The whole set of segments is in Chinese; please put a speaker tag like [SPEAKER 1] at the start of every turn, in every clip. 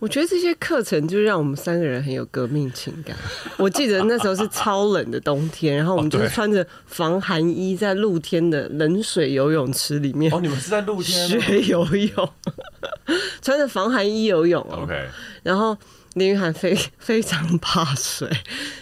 [SPEAKER 1] 我觉得这些课程就让我们三个人很有革命情感。 我记得那时候是超冷的冬天，然后我们就是
[SPEAKER 2] 对
[SPEAKER 1] 穿着防寒衣在露天的冷水游泳池里面
[SPEAKER 2] 哦，你们是在露天哦
[SPEAKER 1] 学游泳， 穿着防寒衣游泳哦。
[SPEAKER 2] ？OK，
[SPEAKER 1] 然后林雨涵非非常怕水，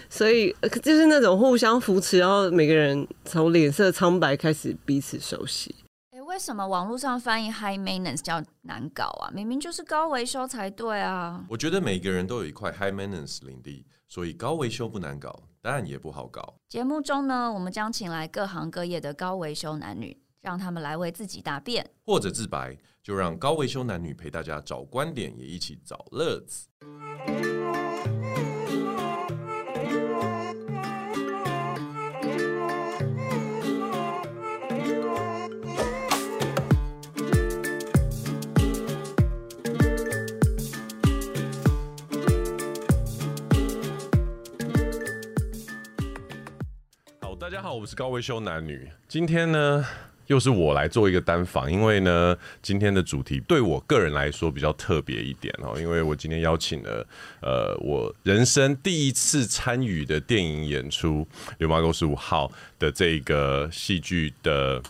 [SPEAKER 1] 所以呃就是那种互相扶持，然后每个人从脸色苍白开始彼此熟悉。
[SPEAKER 3] 哎、为什么网络上翻译 high maintenance 叫难搞啊？明明就是高维修才对啊！
[SPEAKER 2] 我觉得每个人都有一块 high maintenance 领地，所以高维修不难搞，当然也不好搞。
[SPEAKER 3] 节目中呢，我们将请来各行各业的高维修男女，让他们来为自己答辩。
[SPEAKER 2] 或者自白，就让高维修男女陪大家找观点，也一起找乐子。好，大家好，我是高维修男女。今天呢，又是我来做一个单访，因为呢，今天的主题对我个人来说比较特别一点哦，因为我今天邀请了呃，我人生第一次参与的电影演出《流氓沟十五号》的这个戏剧的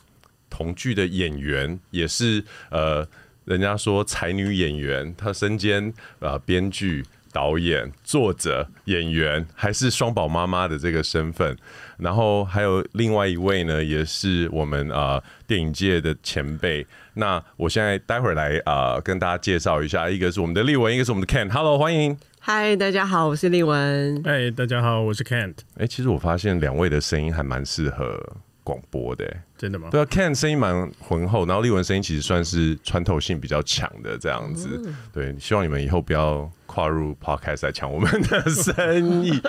[SPEAKER 2] 同剧的演员，也是呃，人家说才女演员，她身兼呃编剧、导演、作者、演员，还是双宝妈妈的这个身份。然后还有另外一位呢，也是我们呃电影界的前辈。那我现在待会儿来呃跟大家介绍一下，一个是我们的立文，一个是我们的 Ken。Hello，欢迎。
[SPEAKER 1] 嗨，大家好，我是丽文。
[SPEAKER 4] 嗨，大家好，我是 Kent。
[SPEAKER 2] 哎、其实我发现两位的声音还蛮适合广播的、哎
[SPEAKER 4] 真的吗？
[SPEAKER 2] 对啊，Ken 声音蛮浑厚，然后丽文声音其实算是穿透性比较强的这样子。对，希望你们以后不要跨入 Podcast 来抢我们的生意。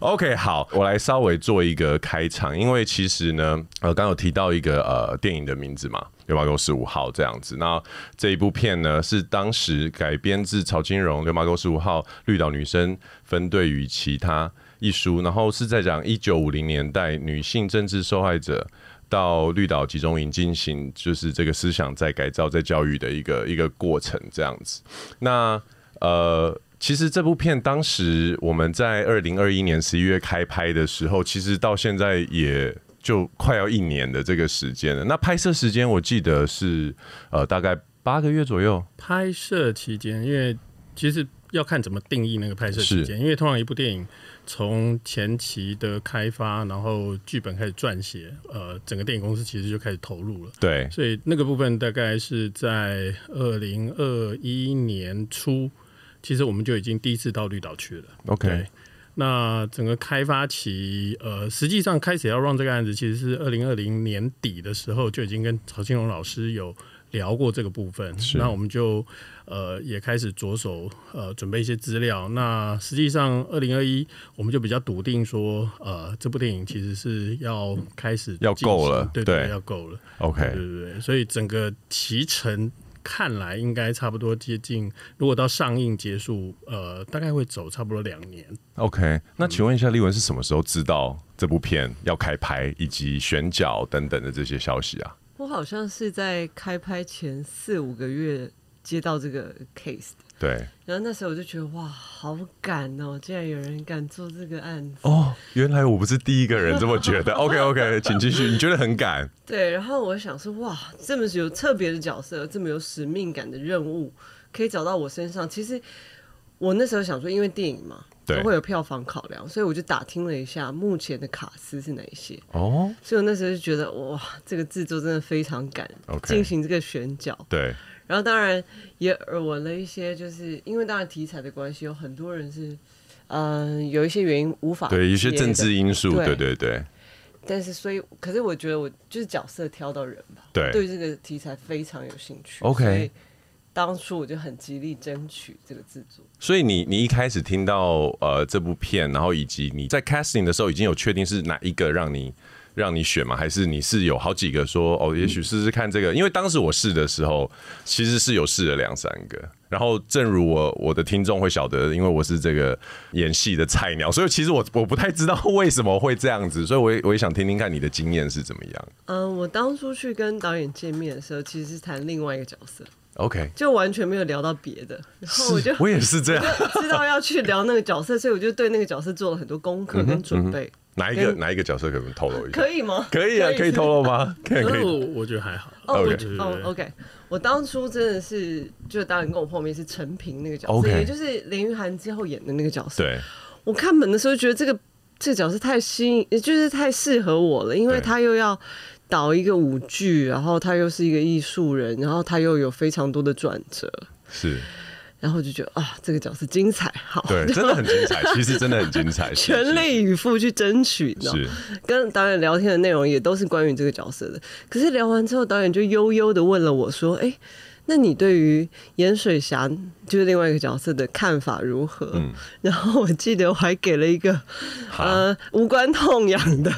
[SPEAKER 2] OK，好，我来稍微做一个开场，因为其实呢，呃，刚刚有提到一个呃电影的名字嘛。《流氓沟十五号》这样子，那这一部片呢是当时改编自曹金荣《流氓沟十五号》《绿岛女生分队与其他》一书，然后是在讲一九五零年代女性政治受害者到绿岛集中营进行，就是这个思想在改造、在教育的一个一个过程这样子。那呃，其实这部片当时我们在二零二一年十一月开拍的时候，其实到现在也就快要一年的这个时间了。那拍摄时间我记得是呃大概八个月左右，
[SPEAKER 4] 拍摄期间，因为其实要看怎么定义那个拍摄期间，因为通常一部电影从前期的开发，然后剧本开始撰写，呃，整个电影公司其实就开始投入了。
[SPEAKER 2] 对，
[SPEAKER 4] 所以那个部分大概是在二零二一年初，其实我们就已经第一次到绿岛去了。
[SPEAKER 2] OK，
[SPEAKER 4] 对，那整个开发期，呃，实际上开始要让这个案子，其实是二零二零年底的时候就已经跟曹金荣老师有聊过这个部分。那我们就呃也开始着手呃准备一些资料。那实际上二零二一我们就比较笃定说，呃，这部电影其实是要开始
[SPEAKER 2] 要
[SPEAKER 4] 进行
[SPEAKER 2] 够了
[SPEAKER 4] 对对，
[SPEAKER 2] 对
[SPEAKER 4] 要够了，
[SPEAKER 2] OK，
[SPEAKER 4] 对对对。所以整个期程。看来应该差不多接近，如果到上映结束，呃，大概会走差不多两年。
[SPEAKER 2] OK，那请问一下，立文是什么时候知道这部片要开拍以及选角等等的这些消息啊？
[SPEAKER 1] 我好像是在开拍前四五个月接到这个 case 的
[SPEAKER 2] 对，
[SPEAKER 1] 然后那时候我就觉得哇，好敢哦！竟然有人敢做这个案子，
[SPEAKER 2] 哦，原来我不是第一个人这么觉得。OK OK，请继续。你觉得很赶？
[SPEAKER 1] 对。然后我想说，哇，这么有特别的角色，这么有使命感的任务，可以找到我身上。其实我那时候想说，因为电影嘛，
[SPEAKER 2] 对
[SPEAKER 1] 都会有票房考量，所以我就打听了一下目前的卡司是哪一些。
[SPEAKER 2] 哦，
[SPEAKER 1] 所以我那时候就觉得，哇，这个制作真的非常敢
[SPEAKER 2] OK
[SPEAKER 1] 进行这个选角。
[SPEAKER 2] 对，
[SPEAKER 1] 然后当然也耳闻了一些，就是因为当然题材的关系，有很多人是，嗯、有一些原因无法
[SPEAKER 2] 对，一些
[SPEAKER 1] 接
[SPEAKER 2] 政
[SPEAKER 1] 的
[SPEAKER 2] 治，因素，对
[SPEAKER 1] 对
[SPEAKER 2] 对对
[SPEAKER 1] 但是所以，可是我觉得我就是角色挑到人吧，
[SPEAKER 2] 对
[SPEAKER 1] 对这个题材非常有兴趣。
[SPEAKER 2] OK
[SPEAKER 1] 所以当初我就很极力争取这个制作。
[SPEAKER 2] 所以你你一开始听到呃这部片，然后以及你在 casting 的时候已经有确定是哪一个让你让你选吗？还是你是有好几个说哦，也许试试看这个？因为当时我试的时候，其实是有试了两三个。然后，正如我我的听众会晓得，因为我是这个演戏的菜鸟，所以其实我我不太知道为什么会这样子，所以我也我也想听听看你的经验是怎么样。
[SPEAKER 1] 呃嗯，我当初去跟导演见面的时候，其实是谈另外一个角色，
[SPEAKER 2] OK，
[SPEAKER 1] 就完全没有聊到别的。然后哦我就
[SPEAKER 2] 我也是 这样。
[SPEAKER 1] 知道要去聊那个角色，所以我就对那个角色做了很多功
[SPEAKER 2] 嗯
[SPEAKER 1] 课跟准备。
[SPEAKER 2] 哪一个哪一个角色可不可以透露一下？
[SPEAKER 1] 可以吗？
[SPEAKER 2] 可以啊，可以透露吗？可以可
[SPEAKER 4] 但
[SPEAKER 2] 以。
[SPEAKER 4] 是我哦我觉得还好。
[SPEAKER 1] 哦，
[SPEAKER 2] OK
[SPEAKER 1] 我
[SPEAKER 4] 对对
[SPEAKER 1] 哦
[SPEAKER 4] 对
[SPEAKER 1] ，OK，我当初真的是，就导演跟我碰面是陈平那个角色
[SPEAKER 2] OK
[SPEAKER 1] 也就是林玉涵之后演的那个角色。
[SPEAKER 2] 对，
[SPEAKER 1] 我看本的时候觉得这个这个角色太吸引，也就是太适合我了，因为
[SPEAKER 2] 对
[SPEAKER 1] 他又要导一个舞剧，然后他又是一个艺术人，然后他又有非常多的转折，
[SPEAKER 2] 是，
[SPEAKER 1] 然后我就觉得啊，这个角色精彩，好，
[SPEAKER 2] 对，真的很精彩，其实真的很精彩，是
[SPEAKER 1] 全力以赴去争取，你知道吗
[SPEAKER 2] 是
[SPEAKER 1] 跟导演聊天的内容也都是关于这个角色的。可是聊完之后，导演就悠悠的问了我说：“哎、那你对于盐水侠就是另外一个角色的看法如何？”
[SPEAKER 2] 嗯
[SPEAKER 1] 然后我记得我还给了一个
[SPEAKER 2] 好。
[SPEAKER 1] 呃无关痛痒的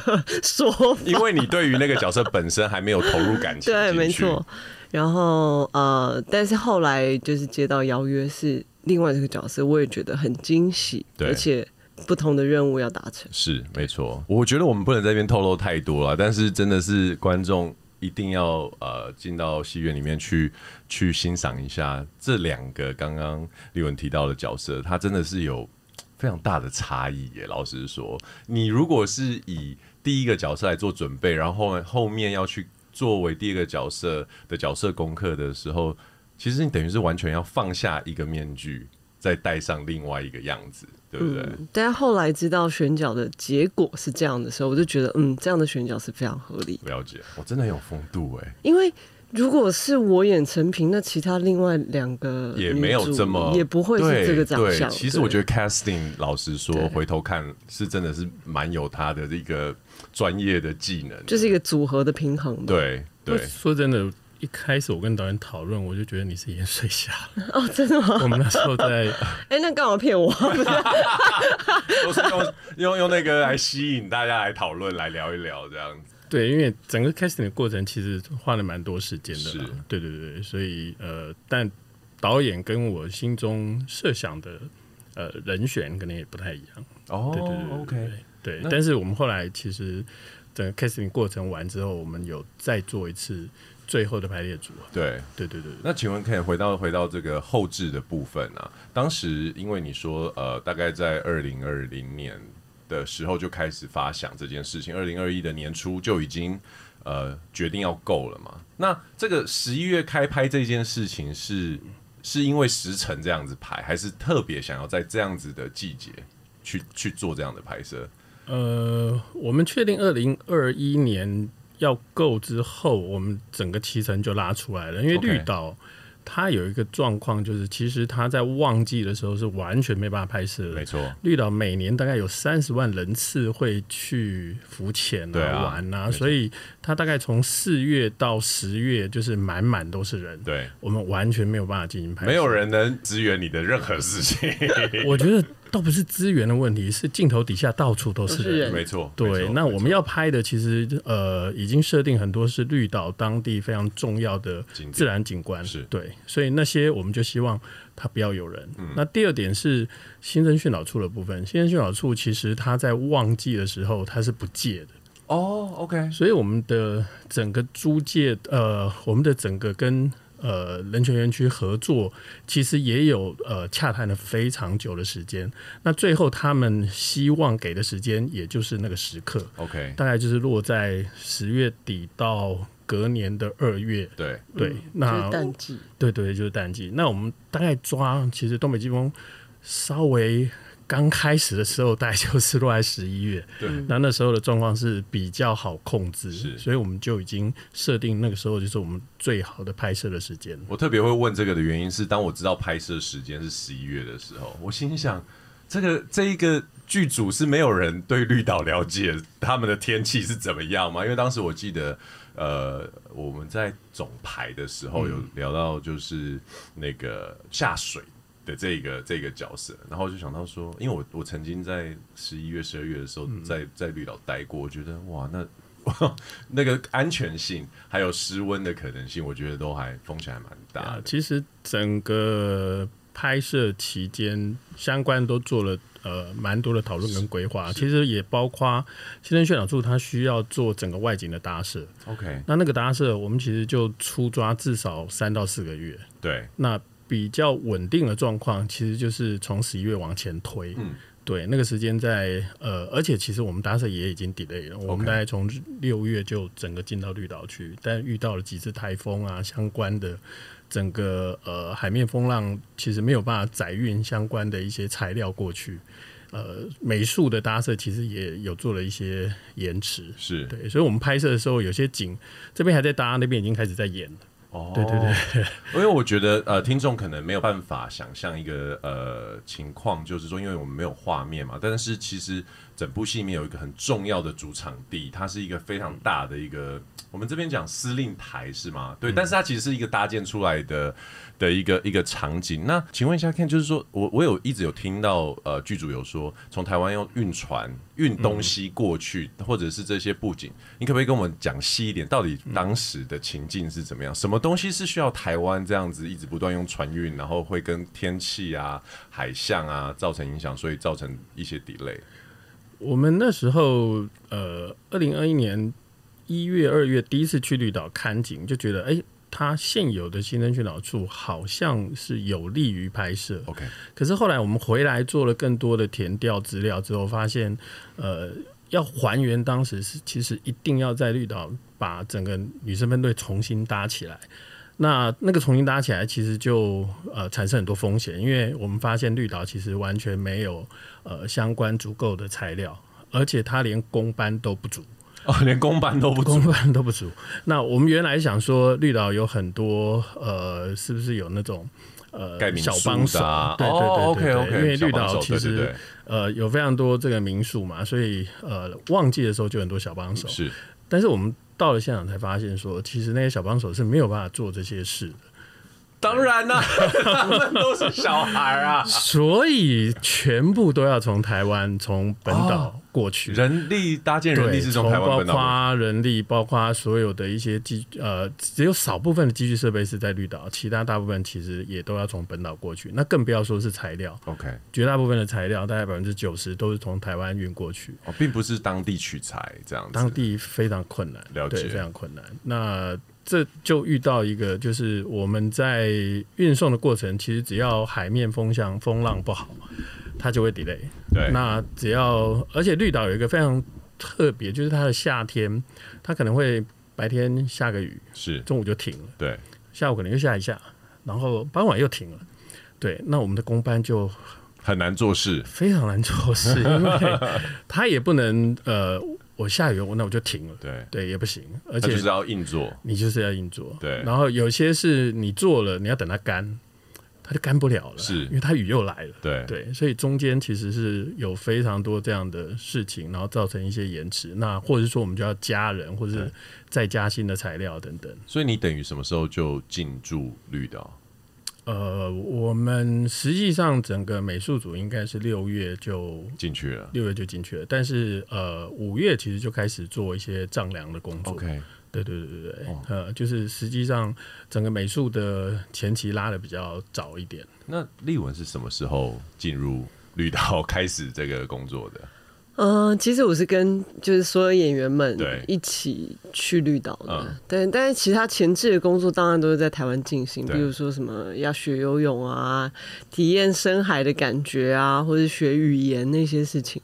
[SPEAKER 1] 说 法，
[SPEAKER 2] 因为你对于那个角色本身还没有投入感情，
[SPEAKER 1] 对，没错。。然后呃，但是后来就是接到邀约是另外这个角色，我也觉得很惊喜，
[SPEAKER 2] 对
[SPEAKER 1] 而且不同的任务要达成。
[SPEAKER 2] 是没错，我觉得我们不能在这边透露太多了，但是真的是观众一定要呃进到戏院里面去去欣赏一下这两个刚刚丽文提到的角色，他真的是有非常大的差异耶。老实说，你如果是以第一个角色来做准备，然后后面要去作为第二个角色的角色功课的时候，其实你等于是完全要放下一个面具，再戴上另外一个样子，对不对？
[SPEAKER 1] 但是后来知道选角的结果是这样的时候，我就觉得，嗯，这样的选角是非常合理的。
[SPEAKER 2] 了解，我真的很有风度哎、
[SPEAKER 1] 因为如果是我演陈平，那其他另外两个
[SPEAKER 2] 也没有
[SPEAKER 1] 女主
[SPEAKER 2] 这么
[SPEAKER 1] 也不会是这个长
[SPEAKER 2] 对对
[SPEAKER 1] 相。
[SPEAKER 2] 其实
[SPEAKER 1] 对
[SPEAKER 2] 我觉得 casting 老实说
[SPEAKER 1] 对，
[SPEAKER 2] 回头看是真的是蛮有他的一个专业的技能的，
[SPEAKER 1] 就是一个组合的平衡吧。
[SPEAKER 2] 对对
[SPEAKER 4] 说真的，一开始我跟导演讨论，我就觉得你是盐水侠。
[SPEAKER 1] 哦，真的吗？
[SPEAKER 4] 我们那时候在
[SPEAKER 1] 哎、那干嘛骗我？
[SPEAKER 2] 都是用用用那个来吸引大家来讨论来聊一聊这样子。
[SPEAKER 4] 对，因为整个 casting 的过程其实花了蛮多时间的啦
[SPEAKER 2] 是。
[SPEAKER 4] 对对对，所以呃，但导演跟我心中设想的呃人选可能也不太一样。
[SPEAKER 2] 哦
[SPEAKER 4] 对对对对对
[SPEAKER 2] OK，
[SPEAKER 4] 对
[SPEAKER 2] 那，
[SPEAKER 4] 但是我们后来其实整个 casting 过程完之后，我们有再做一次最后的排列组合。
[SPEAKER 2] 对。
[SPEAKER 4] 对对对对
[SPEAKER 2] 那请问，可以回到回到这个后置的部分啊？当时因为你说，呃，大概在二零二零年的时候就开始发想这件事情，二零二一的年初就已经呃决定要购了嘛？那这个十一月开拍这件事情是是因为时辰这样子排，还是特别想要在这样子的季节去去做这样的拍摄？
[SPEAKER 4] 呃，我们确定二零二一年要购之后，我们整个提成就拉出来了。因为
[SPEAKER 2] OK
[SPEAKER 4] 绿岛它有一个状况，就是其实它在旺季的时候是完全没办法拍摄的。
[SPEAKER 2] 错，
[SPEAKER 4] 绿岛每年大概有三十万人次会去浮潜
[SPEAKER 2] 对啊
[SPEAKER 4] 玩啊，
[SPEAKER 2] 没错
[SPEAKER 4] 所以它大概从四月到十月就是满满都是人，
[SPEAKER 2] 对，
[SPEAKER 4] 我们完全没有办法进行拍摄。
[SPEAKER 2] 没有人能支援你的任何事 情，
[SPEAKER 4] 我觉得倒不是资源的问题，是镜头底下到处
[SPEAKER 1] 都
[SPEAKER 4] 都是
[SPEAKER 1] 是
[SPEAKER 4] 人
[SPEAKER 1] 人。
[SPEAKER 2] 没错，没
[SPEAKER 4] 对，
[SPEAKER 2] 错
[SPEAKER 4] 那
[SPEAKER 2] 没
[SPEAKER 4] 我们要拍的其实呃已经设定很多是绿岛当地非常重要的
[SPEAKER 2] 景点
[SPEAKER 4] 自然景观，
[SPEAKER 2] 是
[SPEAKER 4] 对，所以那些我们就希望它不要有人。
[SPEAKER 2] 嗯
[SPEAKER 4] 那第二点是新生训导处的部分，新生训导处其实它在旺季的时候它是不借的，
[SPEAKER 2] 错哦，OK，
[SPEAKER 4] 所以我们的整个租借呃我们的整个跟呃，人权园区合作其实也有呃洽谈了非常久的时间，那最后他们希望给的时间也就是那个时刻，
[SPEAKER 2] OK，
[SPEAKER 4] 大概就是落在十月底到隔年的二月。
[SPEAKER 2] 对，
[SPEAKER 4] 对，
[SPEAKER 1] 就是
[SPEAKER 4] 那
[SPEAKER 1] 淡季，
[SPEAKER 4] 对对，就是淡季。那我们大概抓，其实东北季风稍微刚开始的时候，大概就是落在十一月。
[SPEAKER 2] 对，
[SPEAKER 1] 嗯
[SPEAKER 4] 那那时候的状况是比较好控制，
[SPEAKER 2] 是
[SPEAKER 4] 所以我们就已经设定那个时候就是我们最好的拍摄的时间。
[SPEAKER 2] 我特别会问这个的原因是，当我知道拍摄时间是十一月的时候，我心想，这个这一个剧组是没有人对绿岛了解他们的天气是怎么样吗？因为当时我记得，呃，我们在总排的时候有聊到就是那个下水。的这个这个角色，然后我就想到说，因为我我曾经在十一月、十二月的时候在在绿岛待过，我觉得哇，那 那个安全性还有失温的可能性，我觉得都还风险还蛮大
[SPEAKER 4] 啊
[SPEAKER 2] 的，。
[SPEAKER 4] 其实整个拍摄期间相关都做了呃蛮多的讨论跟规划，其实也包括新生训导处它需要做整个外景的搭设，
[SPEAKER 2] OK，
[SPEAKER 4] 那那个搭设我们其实就出抓至少三到四个月，
[SPEAKER 2] 对，
[SPEAKER 4] 那比较稳定的状况，其实就是从十一月往前推。
[SPEAKER 2] 嗯
[SPEAKER 4] 对，那个时间在呃，而且其实我们搭设也已经 delay 了，我们
[SPEAKER 2] OK
[SPEAKER 4] 大概从呃六月就整个进到绿岛去，但遇到了几次台风啊，相关的整个呃海面风浪，其实没有办法载运相关的一些材料过去。呃，美术的搭设其实也有做了一些延迟，
[SPEAKER 2] 是，
[SPEAKER 4] 对，所以我们拍摄的时候有些景这边还在搭，那边已经开始在演了。
[SPEAKER 2] 哦，
[SPEAKER 4] 对对对，
[SPEAKER 2] 因为我觉得呃，听众可能没有办法想象一个呃情况，就是说，因为我们没有画面嘛，但是其实整部戏里面有一个很重要的主场地，它是一个非常大的一个，我们这边讲司令台是吗？
[SPEAKER 4] 嗯
[SPEAKER 2] 对，但是它其实是一个搭建出来的的一个一个场景。那请问一下 Ken，就是说我我有一直有听到呃剧组有说从台湾要运船运东西过去，或者是这些布景，你可不可以跟我们讲细一点，到底当时的情境是怎么样？什么东西是需要台湾这样子一直不断用船运，然后会跟天气啊、海象啊造成影响，所以造成一些 delay。
[SPEAKER 4] 我们那时候呃，二零二一年一月、二月第一次去绿岛看景，就觉得哎。它现有的新生训导处好像是有利于拍摄，
[SPEAKER 2] OK，
[SPEAKER 4] 可是后来我们回来做了更多的填调资料之后，发现，呃，要还原当时是其实一定要在绿岛把整个女生分队重新搭起来。那那个重新搭起来，其实就呃产生很多风险，因为我们发现绿岛其实完全没有呃相关足够的材料，而且它连工班都不足。
[SPEAKER 2] 哦，连公版都不
[SPEAKER 4] 公办都不足。 那我们原来想说，绿岛有很多呃，是不是有那种呃
[SPEAKER 2] 盖民宿
[SPEAKER 4] 小
[SPEAKER 2] 的
[SPEAKER 4] 帮手？
[SPEAKER 2] 啊
[SPEAKER 4] 对对对对对
[SPEAKER 2] 哦，OK，OK，
[SPEAKER 4] 因为
[SPEAKER 2] 小
[SPEAKER 4] 绿
[SPEAKER 2] 帮手
[SPEAKER 4] 岛其实
[SPEAKER 2] 对对对
[SPEAKER 4] 呃有非常多这个民宿嘛，所以呃旺季的时候就很多小帮手。
[SPEAKER 2] 是
[SPEAKER 4] 但是我们到了现场才发现说其实那些小帮手是没有办法做这些事的。
[SPEAKER 2] 当然啦、 他们都 是小孩啊，
[SPEAKER 4] 所以全部都要从台湾从本岛过去。
[SPEAKER 2] 人力搭建哦人
[SPEAKER 4] 对，
[SPEAKER 2] 力是从台湾
[SPEAKER 4] 包
[SPEAKER 2] 本岛过去。
[SPEAKER 4] 括人力，包括所有的一些机呃，只有少部分的机具设备是在绿岛，其他大部分其实也都要从本岛过去。那更不要说是材料，
[SPEAKER 2] OK，
[SPEAKER 4] 绝大部分的材料大概百分之九十都是从台湾运过去，
[SPEAKER 2] 哦，并不是当地取材这样子。
[SPEAKER 4] 当地非常困难，
[SPEAKER 2] 了解
[SPEAKER 4] 对，非常困难。那这就遇到一个，就是我们在运送的过程，其实只要海面风向、风浪不好，它就会 delay。
[SPEAKER 2] 对，
[SPEAKER 4] 那只要，而且绿岛有一个非常特别，就是它的夏天，它可能会白天下个雨，
[SPEAKER 2] 是
[SPEAKER 4] 中午就停了，
[SPEAKER 2] 对
[SPEAKER 4] 下午可能又下一下，然后傍晚又停了。对，那我们的工班就
[SPEAKER 2] 很难做事。
[SPEAKER 4] 非常难做事，因 为他也不能呃，我下雨我那我就停了，
[SPEAKER 2] 对，
[SPEAKER 4] 对，也不行，而
[SPEAKER 2] 他
[SPEAKER 4] 且
[SPEAKER 2] 就是要硬做。
[SPEAKER 4] 你就是要硬做，
[SPEAKER 2] 对
[SPEAKER 4] 然后有些是你做了，你要等它干，它就干不了了，
[SPEAKER 2] 是
[SPEAKER 4] 因为它雨又来了。
[SPEAKER 2] 对
[SPEAKER 4] 对，所以中间其实是有非常多这样的事情，然后造成一些延迟。那或者是说我们就要加人，或者是再加新的材料等等。
[SPEAKER 2] 所以你等于什么时候就进驻绿岛？
[SPEAKER 4] 呃，我们实际上整个美术组应该是六月就
[SPEAKER 2] 进去了。
[SPEAKER 4] 六月就进去了，但是呃五月其实就开始做一些丈量的工作。
[SPEAKER 2] OK，
[SPEAKER 4] 对对对对对，呃，就是实际上整个美术的前期拉的比较早一点。
[SPEAKER 2] 那立文是什么时候进入绿岛 开始这个工作的？
[SPEAKER 1] 嗯，其实我是跟就是所有演员们
[SPEAKER 2] 对
[SPEAKER 1] 一起去绿岛的
[SPEAKER 2] 嗯，
[SPEAKER 1] 对，但是其他前置的工作当然都是在台湾进行，
[SPEAKER 2] 对
[SPEAKER 1] 比如说什么要学游泳啊，体验深海的感觉啊，或者学语言那些事情。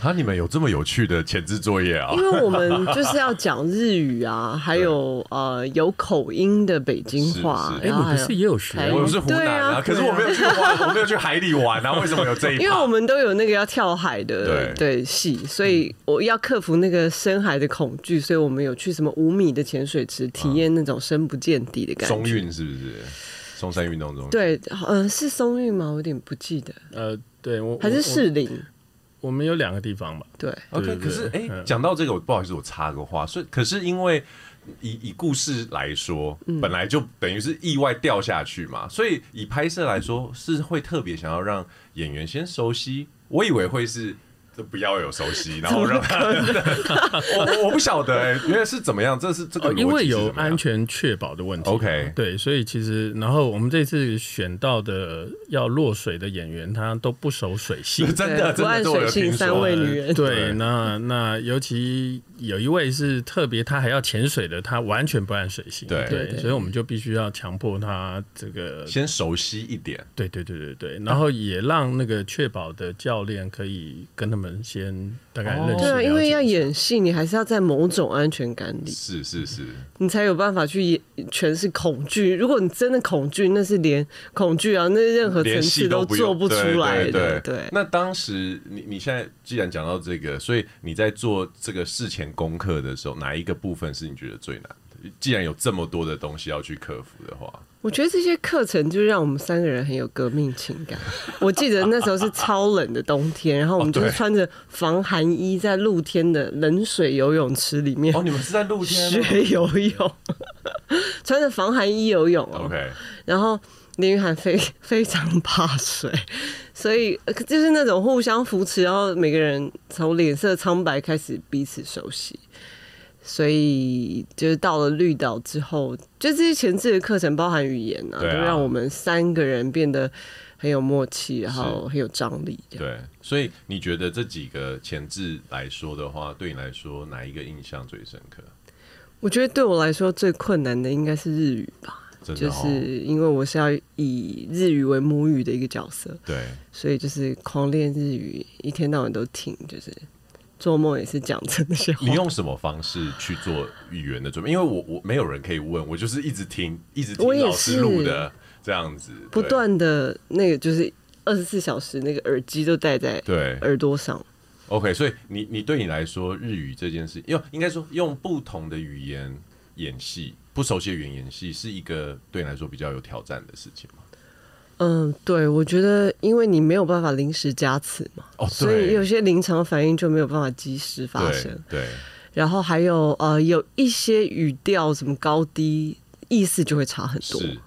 [SPEAKER 2] 啊，你们有这么有趣的前置作业啊
[SPEAKER 1] 因？为我们就是要讲日语啊，还有呃有口音的北京话
[SPEAKER 2] 是，是
[SPEAKER 4] 哎，
[SPEAKER 1] 然后
[SPEAKER 4] 你
[SPEAKER 1] 还
[SPEAKER 4] 不
[SPEAKER 1] 有
[SPEAKER 4] 是也有学
[SPEAKER 1] 台
[SPEAKER 2] 我是湖南啊，
[SPEAKER 1] 对啊
[SPEAKER 2] 可是我没有去玩，我没有去海里玩啊，为什么有这一趴？
[SPEAKER 1] 因为我们都有那个要跳海的
[SPEAKER 2] 对
[SPEAKER 1] 对戏，所以我要克服那个深海的恐惧，所以我们有去什么五米的潜水池体验那种深不见底的感
[SPEAKER 2] 松
[SPEAKER 1] 觉。
[SPEAKER 2] 运是不是？松山运动中心
[SPEAKER 1] 对，嗯、呃，是松韵吗？我有点不记得，
[SPEAKER 4] 呃，对我
[SPEAKER 1] 还是
[SPEAKER 4] 我
[SPEAKER 1] 士林？
[SPEAKER 4] 我们有两个地方吧，
[SPEAKER 1] 对，
[SPEAKER 2] OK，
[SPEAKER 4] 对对
[SPEAKER 2] 可是哎
[SPEAKER 4] 对，嗯
[SPEAKER 2] 讲、到这个，我不好意思，我插个话，所以可是因为以以故事来说，
[SPEAKER 1] 嗯
[SPEAKER 2] 本来就等于是意外掉下去嘛，所以以拍摄来说，是会特别想要让演员先熟悉。我以为会是这不要有熟 悉，然后让他， 我我不晓得哎、原来是怎么样，这是这个
[SPEAKER 4] 呃
[SPEAKER 2] 逻辑是
[SPEAKER 4] 因为
[SPEAKER 2] 怎么
[SPEAKER 4] 有
[SPEAKER 2] 样
[SPEAKER 4] 安全确保的问题。
[SPEAKER 2] OK。
[SPEAKER 4] 对，所以其实，然后我们这次选到的呃要落水的演员，他都不熟水性
[SPEAKER 2] 真的
[SPEAKER 1] 对
[SPEAKER 2] 真
[SPEAKER 1] 不
[SPEAKER 2] 的
[SPEAKER 1] 按
[SPEAKER 2] 这我有
[SPEAKER 1] 水性
[SPEAKER 2] 听说
[SPEAKER 1] 三位女人
[SPEAKER 4] 对，那那尤其有一位是特别，他还要潜水的，他完全不按水性。
[SPEAKER 2] 对
[SPEAKER 1] 对
[SPEAKER 4] 所以我们就必须要强迫他这个
[SPEAKER 2] 先熟悉一点，
[SPEAKER 4] 对对对对对，然后也让那个确保的教练可以跟他们先大概认识、
[SPEAKER 1] 对啊，因为要
[SPEAKER 4] 了解一下
[SPEAKER 1] 演戏，你还是要在某种安全感里，
[SPEAKER 2] 是是是，
[SPEAKER 1] 你才有办法去演诠释恐惧。如果你真的恐惧，那是连恐惧啊，那任何层
[SPEAKER 2] 连
[SPEAKER 1] 次
[SPEAKER 2] 戏都不用
[SPEAKER 1] 做不出来
[SPEAKER 2] 对
[SPEAKER 1] 的。
[SPEAKER 2] 对
[SPEAKER 1] 对，
[SPEAKER 2] 那当时你你现在既然讲到这个，所以你在做这个事前功课的时候，哪一个部分是你觉得最难的？既然有这么多的东西要去克服的 话，
[SPEAKER 1] 我觉得这些课程就让我们三个人很有革命情感。我记得那时候是超冷的冬天，然后我
[SPEAKER 2] 哦
[SPEAKER 1] 们就是穿着防寒衣在露天的冷水游泳池里面
[SPEAKER 2] 哦，你们是在露天吗
[SPEAKER 1] 学游泳， 穿着防寒衣游泳哦。
[SPEAKER 2] ？OK，
[SPEAKER 1] 然后林雨涵非非常怕水，所以呃就是那种互相扶持，然后每个人从脸色苍白开始彼此熟悉。所以就是到了绿岛之后，就这些前置的课程包含语言啊，
[SPEAKER 2] 对啊
[SPEAKER 1] 就让我们三个人变得很有默契，然后很有张力。这样
[SPEAKER 2] 对，所以你觉得这几个前置来说的话，对你来说哪一个印象最深刻？
[SPEAKER 1] 我觉得对我来说最困难的应该是日语吧，
[SPEAKER 2] 真的、
[SPEAKER 1] 就
[SPEAKER 2] 哦，
[SPEAKER 1] 是因为我是要以日语为母语的一个角色，
[SPEAKER 2] 对，
[SPEAKER 1] 所以就是狂练日语，一天到晚都听，就是做梦也是讲这些话
[SPEAKER 2] 你。用什么方式去做语言的准备？因为我我没有人可以问，我就是一直听，一直听
[SPEAKER 1] 我也
[SPEAKER 2] 老师
[SPEAKER 1] 是
[SPEAKER 2] 录的这样子，
[SPEAKER 1] 不
[SPEAKER 2] 对
[SPEAKER 1] 断的那个就是二十四小时那个耳机都戴在
[SPEAKER 2] 对。
[SPEAKER 1] 耳朵上，
[SPEAKER 2] OK，所以你你对你来说，日语这件事，用应该说用不同的语言演戏，不熟悉的语言演戏，是一个对你来说比较有挑战的事情吗？
[SPEAKER 1] 嗯，对，我觉得因为你没有办法临时加词嘛，
[SPEAKER 2] 哦，
[SPEAKER 1] 所以有
[SPEAKER 2] 对，
[SPEAKER 1] 些临场反应就没有办法及时发
[SPEAKER 2] 对
[SPEAKER 1] 生。
[SPEAKER 2] 对，
[SPEAKER 1] 然后还有呃，有一些语调什么高低意思就会差很多，
[SPEAKER 2] 是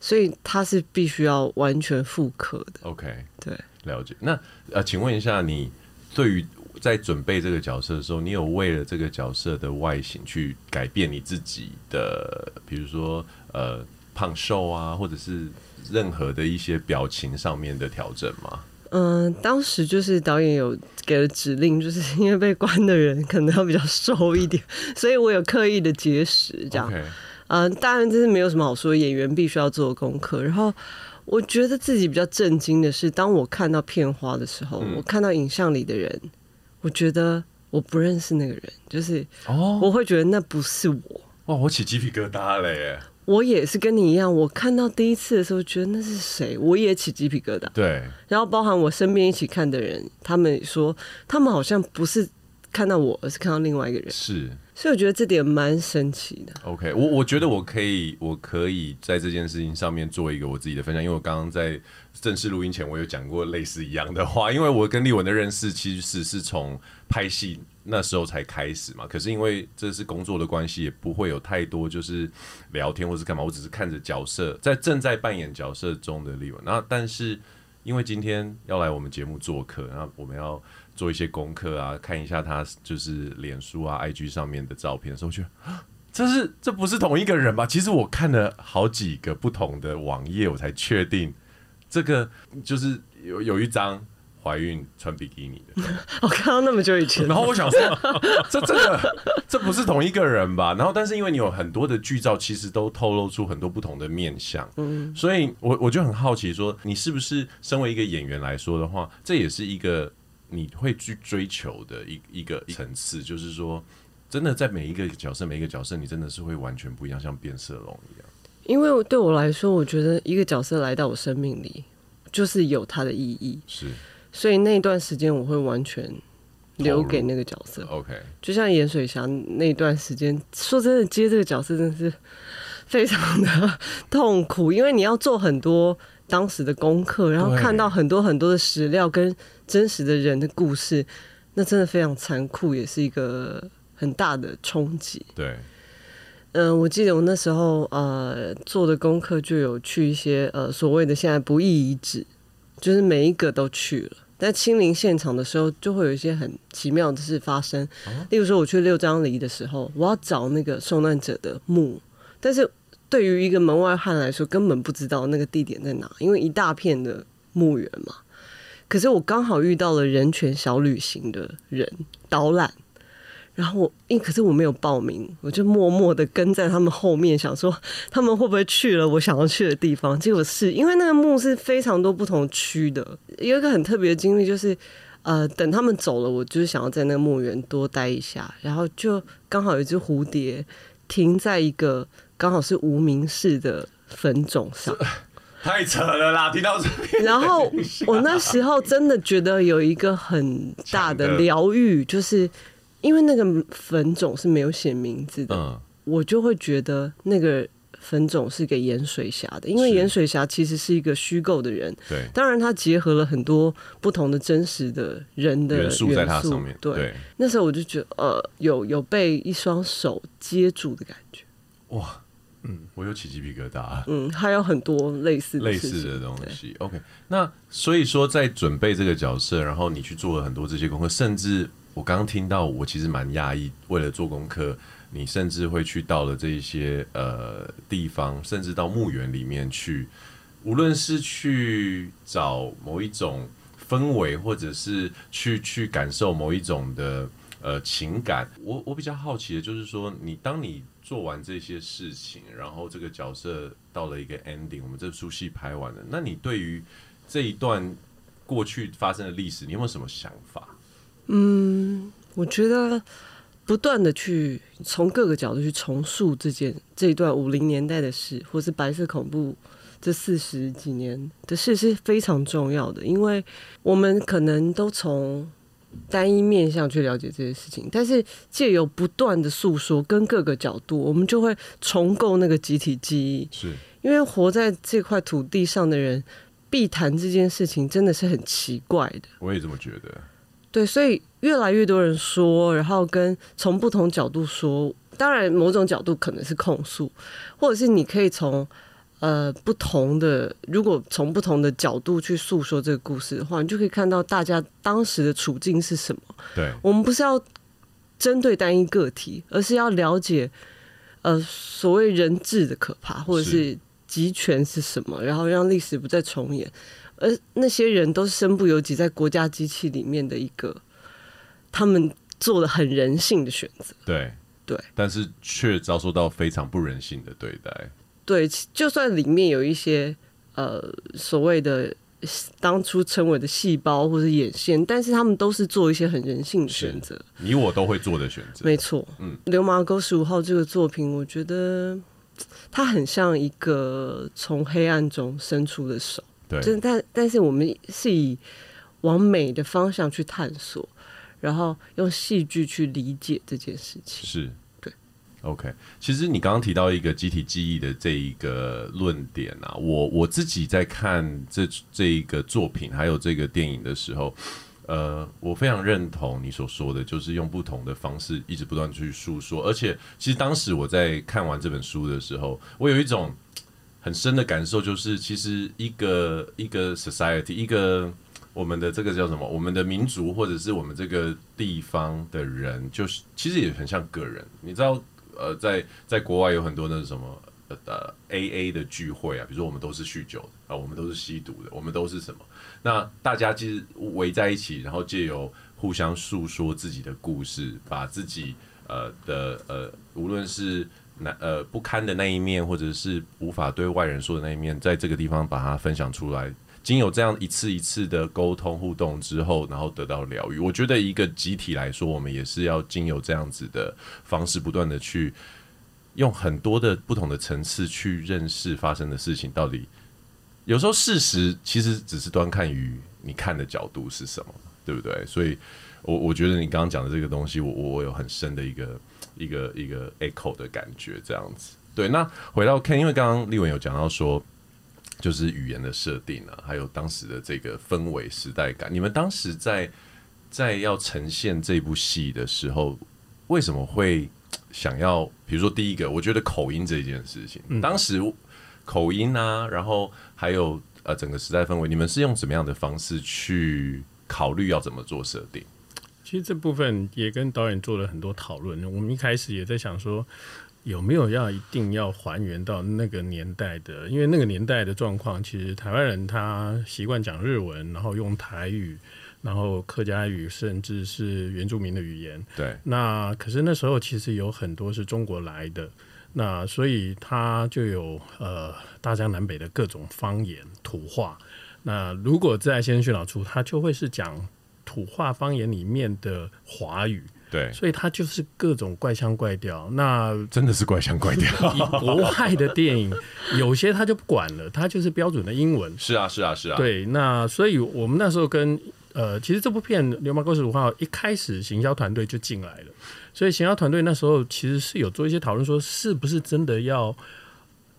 [SPEAKER 1] 所以它是必须要完全复刻的。
[SPEAKER 2] OK，
[SPEAKER 1] 对，
[SPEAKER 2] 了解。那呃，请问一下，你对于在准备这个角色的时候，你有为了这个角色的外形去改变你自己的，比如说呃胖瘦啊，或者是任何的一些表情上面的调整吗？
[SPEAKER 1] 嗯，当时就是导演有给了指令，就是因为被关的人可能要比较瘦一点，所以我有刻意的节食这样。
[SPEAKER 2] OK，
[SPEAKER 1] 嗯、当然这是没有什么好说，演员必须要做的功课。然后我觉得自己比较震惊的是，当我看到片花的时候，
[SPEAKER 2] 嗯
[SPEAKER 1] 我看到影像里的人，我觉得我不认识那个人，就是
[SPEAKER 2] 哦，
[SPEAKER 1] 我会觉得那不是我。
[SPEAKER 2] 哇，我起鸡皮疙瘩了耶！
[SPEAKER 1] 我也是跟你一样，我看到第一次的时候觉得那是谁，我也起鸡皮疙瘩。
[SPEAKER 2] 对，
[SPEAKER 1] 然后包含我身边一起看的人，他们说他们好像不是看到我，而是看到另外一个人，
[SPEAKER 2] 是。
[SPEAKER 1] 所以我觉得这点蛮神奇的。
[SPEAKER 2] OK，我我觉得我可以，我可以在这件事情上面做一个我自己的分享，因为我刚刚在正式录音前，我有讲过类似一样的话，因为我跟丽文的认识其实是从拍戏那时候才开始嘛，可是因为这是工作的关系，也不会有太多就是聊天或是干嘛，我只是看着角色在正在扮演角色中的丽文，然后但是因为今天要来我们节目做客，然后我们要做一些功课啊，看一下他就是脸书啊、IG 上面的照片的时候，我觉得。这是这不是同一个人吧？其实我看了好几个不同的网页，我才确定这个就是有有一张怀孕穿比基尼 的，
[SPEAKER 1] 我看到那么久以前
[SPEAKER 4] 嗯
[SPEAKER 2] 然，后我想说，这这个这不是同一个人吧？然后但是因为你有很多的剧照，其实都透露出很多不同的面相，嗯，所以我我就很好奇说，你是不是身为一个演员来说的话，这也是一个你会去追求的一一个层次，就是说。真的在每一个角色，每一个角色，你真的是会完全不一样，像变色龙一样。
[SPEAKER 1] 因为对我来说，我觉得一个角色来到我生命里，就是有它的意义，
[SPEAKER 2] 是
[SPEAKER 1] 所以那段时间我会完全留给那个角色。
[SPEAKER 2] OK，
[SPEAKER 1] 就像盐水侠那段时间，说真的，接这个角色真的是非常的痛苦，因为你要做很多当时的功课，然后
[SPEAKER 2] 对
[SPEAKER 1] 看到很多很多的史料跟真实的人的故事，那真的非常残酷，也是一个很大的冲击。
[SPEAKER 2] 对，
[SPEAKER 1] 嗯、我记得我那时候呃做的功课就有去一些呃所谓的现在不义遗址，就是每一个都去了，在亲临现场的时候，就会有一些很奇妙的事发生。例如说，我去六张犁的时候，我要找那个受难者的墓，但是对于一个门外汉来说，根本不知道那个地点在哪，因为一大片的墓园嘛。可是我刚好遇到了人权小旅行的人导览，然后我因可是我没有报名，我就默默的跟在他们后面，想说他们会不会去了我想要去的地方。结果是因为那个墓是非常多不同区的，有一个很特别的经历就是。呃，等他们走了，我就是想要在那个墓园多待一下，然后就刚好有一只蝴蝶停在一个刚好是无名氏的坟冢上，
[SPEAKER 2] 太扯了啦！听到这边，
[SPEAKER 1] 然 后
[SPEAKER 2] 啊
[SPEAKER 1] 我那时候真的觉得有一个很大的疗愈，就是因为那个坟冢是没有写名字的，
[SPEAKER 2] 嗯，
[SPEAKER 1] 我就会觉得那个坟冢是给盐水侠的，因为
[SPEAKER 2] 是
[SPEAKER 1] 盐水侠其实是一个虚构的人，
[SPEAKER 2] 对，
[SPEAKER 1] 当然它结合了很多不同的真实的人的
[SPEAKER 2] 元素在它
[SPEAKER 1] 元素
[SPEAKER 2] 上面，
[SPEAKER 1] 对，那时候我就觉得呃，有有被一双手接住的感觉，
[SPEAKER 2] 哇，嗯，我有起鸡皮疙瘩，啊
[SPEAKER 1] 嗯，还有很多类似的
[SPEAKER 2] 类
[SPEAKER 1] 事
[SPEAKER 2] 似
[SPEAKER 1] 情
[SPEAKER 2] 的东西。OK，那所以说在准备这个角色，然后你去做了很多这些功课，甚至我刚刚听到，我其实蛮讶异，为了做功课，你甚至会去到了这一些呃地方，甚至到墓园里面去，无论是去找某一种氛围，或者是去去感受某一种的呃情感。我我比较好奇的就是说，你当你做完这些事情，然后这个角色到了一个 ending，我们这出戏拍完了，那你对于这一段过去发生的历史，你有没有什么想法？
[SPEAKER 1] 我觉得不断的去从各个角度去重塑这件这一段五零年代的事，或是白色恐怖这四十几年的事是非常重要的，因为我们可能都从单一面向去了解这些事情，但是借由不断的诉说跟各个角度，我们就会重构那个集体记忆。
[SPEAKER 2] 是
[SPEAKER 1] 因为活在这块土地上的人，避谈这件事情真的是很奇怪的。
[SPEAKER 2] 我也这么觉得。
[SPEAKER 1] 对，所以越来越多人说，然后跟从不同角度说，当然某种角度可能是控诉，或者是你可以从呃不同的，如果从不同的角度去诉说这个故事的话，你就可以看到大家当时的处境是什么。
[SPEAKER 2] 对，
[SPEAKER 1] 我们不是要针对单一个体，而是要了解呃所谓人质的可怕，或者是集权是什么，然后让历史不再重演。而那些人都是身不由己，在国家机器里面的一个，他们做了很人性的选择。
[SPEAKER 2] 对，
[SPEAKER 1] 对，
[SPEAKER 2] 但是却遭受到非常不人性的对待。
[SPEAKER 1] 对，其就算里面有一些呃所谓的当初称为的细胞或者眼线，但是他们都是做一些很人性的选择。
[SPEAKER 2] 你我都会做的选择。
[SPEAKER 1] 没错，
[SPEAKER 2] 嗯
[SPEAKER 1] 《流氓沟十五号》这个作品，我觉得它很像一个从黑暗中伸出的手，
[SPEAKER 2] 对，
[SPEAKER 1] 真但但是我们是以往美的方向去探索，然后用戏剧去理解这件事情。
[SPEAKER 2] 是，
[SPEAKER 1] 对。
[SPEAKER 2] OK，其实你刚刚提到一个集体记忆的这一个论点啊，我我自己在看这这一个作品还有这个电影的时候，呃，我非常认同你所说的，就是用不同的方式一直不断地去诉说，而且其实当时我在看完这本书的时候，我有一种很深的感受，就是其实一个一个 society 一个我们的这个叫什么？我们的民族或者是我们这个地方的人，就是其实也很像个人。你知道，呃，在在国外有很多那种什么呃呃 A A 的聚会啊，比如说我们都是酗酒的啊、我们都是吸毒的，我们都是什么？那大家其实围在一起，然后借由互相诉说自己的故事，把自己呃的呃，无论是难呃不堪的那一面，或者是无法对外人说的那一面，在这个地方把它分享出来。经有这样一次一次的沟通互动之后，然后得到疗愈，我觉得一个集体来说，我们也是要经有这样子的方式，不断的去用很多的不同的层次去认识发生的事情到底。有时候事实其实只是端看于你看的角度是什么，对不对？所以我我觉得你刚刚讲的这个东西，我我我有很深的一个一个一个 echo 的感觉，这样子。对，那回到 Ken，因为刚刚立文有讲到说，就是语言的设定啊，还有当时的这个氛围、时代感。你们当时在在要呈现这部戏的时候，为什么会想要？比如说，第一个，我觉得口音这件事情，
[SPEAKER 4] 嗯
[SPEAKER 2] 当时口音啊，然后还有呃整个时代氛围，你们是用什么样的方式去考虑要怎么做设定？
[SPEAKER 4] 其实这部分也跟导演做了很多讨论。我们一开始也在想说，有没有要一定要还原到那个年代的？因为那个年代的状况，其实台湾人他习惯讲日文，然后用台语，然后客家语，甚至是原住民的语言。
[SPEAKER 2] 对，
[SPEAKER 4] 那可是那时候其实有很多是中国来的，那所以他就有呃大江南北的各种方言土话。那如果在先训老处，他就会是讲土话方言里面的华语，
[SPEAKER 2] 对，
[SPEAKER 4] 所以他就是各种怪腔怪调。那
[SPEAKER 2] 真的是怪腔怪调。
[SPEAKER 4] 以国外的电影，有些他就不管了，他就是标准的英文。
[SPEAKER 2] 是啊，是啊，是啊。，
[SPEAKER 4] 对，那所以我们那时候跟呃，其实这部片《流氓狗十五号》一开始行销团队就进来了，所以行销团队那时候其实是有做一些讨论，说是不是真的要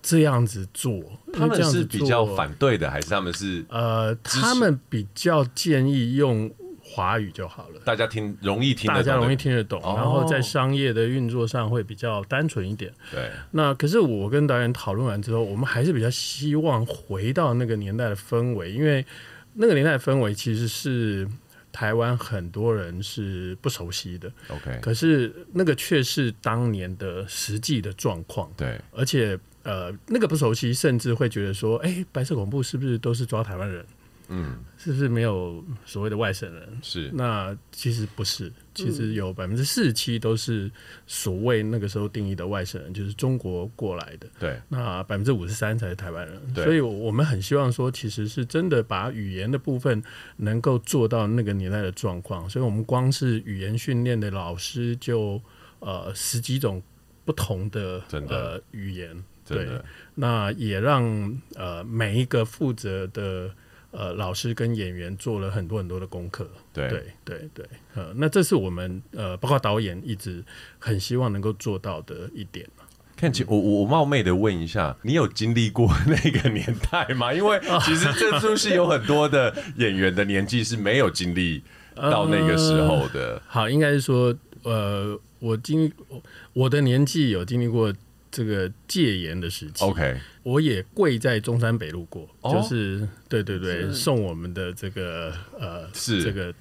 [SPEAKER 4] 这样子做？
[SPEAKER 2] 他
[SPEAKER 4] 因为
[SPEAKER 2] 们
[SPEAKER 4] 这样子
[SPEAKER 2] 是比较
[SPEAKER 4] 做
[SPEAKER 2] 反对的，还是他们是
[SPEAKER 4] 呃，
[SPEAKER 2] 支持
[SPEAKER 4] 他们比较建议用华语就好了。
[SPEAKER 2] 大家听容易听得
[SPEAKER 4] 大
[SPEAKER 2] 懂的，
[SPEAKER 4] 家容易听得懂，
[SPEAKER 2] 哦
[SPEAKER 4] 然后在商业的运作上会比较单纯一点。
[SPEAKER 2] 对，
[SPEAKER 4] 那可是我跟导演讨论完之后，我们还是比较希望回到那个年代的氛围，因为那个年代的氛围其实是台湾很多人是不熟悉的，
[SPEAKER 2] OK，
[SPEAKER 4] 可是那个却是当年的实际的状况，
[SPEAKER 2] 对，
[SPEAKER 4] 而且呃，那个不熟悉，甚至会觉得说，哎、白色恐怖是不是都是抓台湾人？
[SPEAKER 2] 嗯，
[SPEAKER 4] 是不是没有所谓的外省人？
[SPEAKER 2] 是
[SPEAKER 4] 那其实不是，其实有百分之四十七都是所谓那个时候定义的外省人，就是中国过来的。
[SPEAKER 2] 对，
[SPEAKER 4] 那百分之五十三才是台湾人，
[SPEAKER 2] 对
[SPEAKER 4] 所以我们很希望说，其实是真的把语言的部分能够做到那个年代的状况，所以我们光是语言训练的老师就呃十几种不同的
[SPEAKER 2] 真的
[SPEAKER 4] 呃语言，
[SPEAKER 2] 真
[SPEAKER 4] 对
[SPEAKER 2] 的，
[SPEAKER 4] 那也让呃每一个负责的呃老师跟演员做了很多很多的功课，
[SPEAKER 2] 对，
[SPEAKER 4] 对对对，呃，那这是我们呃包括导演一直很希望能够做到的一点。
[SPEAKER 2] 看起我我我冒昧的问一下，你有经历过那个年代吗？ 因为其实这出戏有很多的演员的年纪是没有经历到那个时候的。
[SPEAKER 4] 好，应该是说，呃，我经我我的年纪有经历过这个戒严的时期
[SPEAKER 2] OK，
[SPEAKER 4] 我也跪在中山北路过，
[SPEAKER 2] 哦
[SPEAKER 4] 就是对对对，送我们的这个呃
[SPEAKER 2] 是
[SPEAKER 4] 这个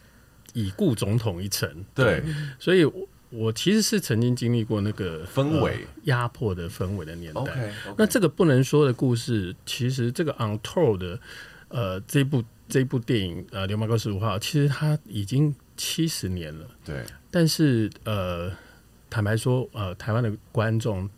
[SPEAKER 4] 已故总统一程，
[SPEAKER 2] 对，
[SPEAKER 4] 所以我我其实是曾经经历过那个
[SPEAKER 2] 氛围
[SPEAKER 4] 呃压迫的氛围的年代。
[SPEAKER 2] OK，
[SPEAKER 4] 那这个不能说的故事，其实这个 On Tour 的呃这部这部电影呃《流氓哥十五号》，其实它已经七十年了。
[SPEAKER 2] 对
[SPEAKER 4] 但是呃，坦白说，呃，台湾的观众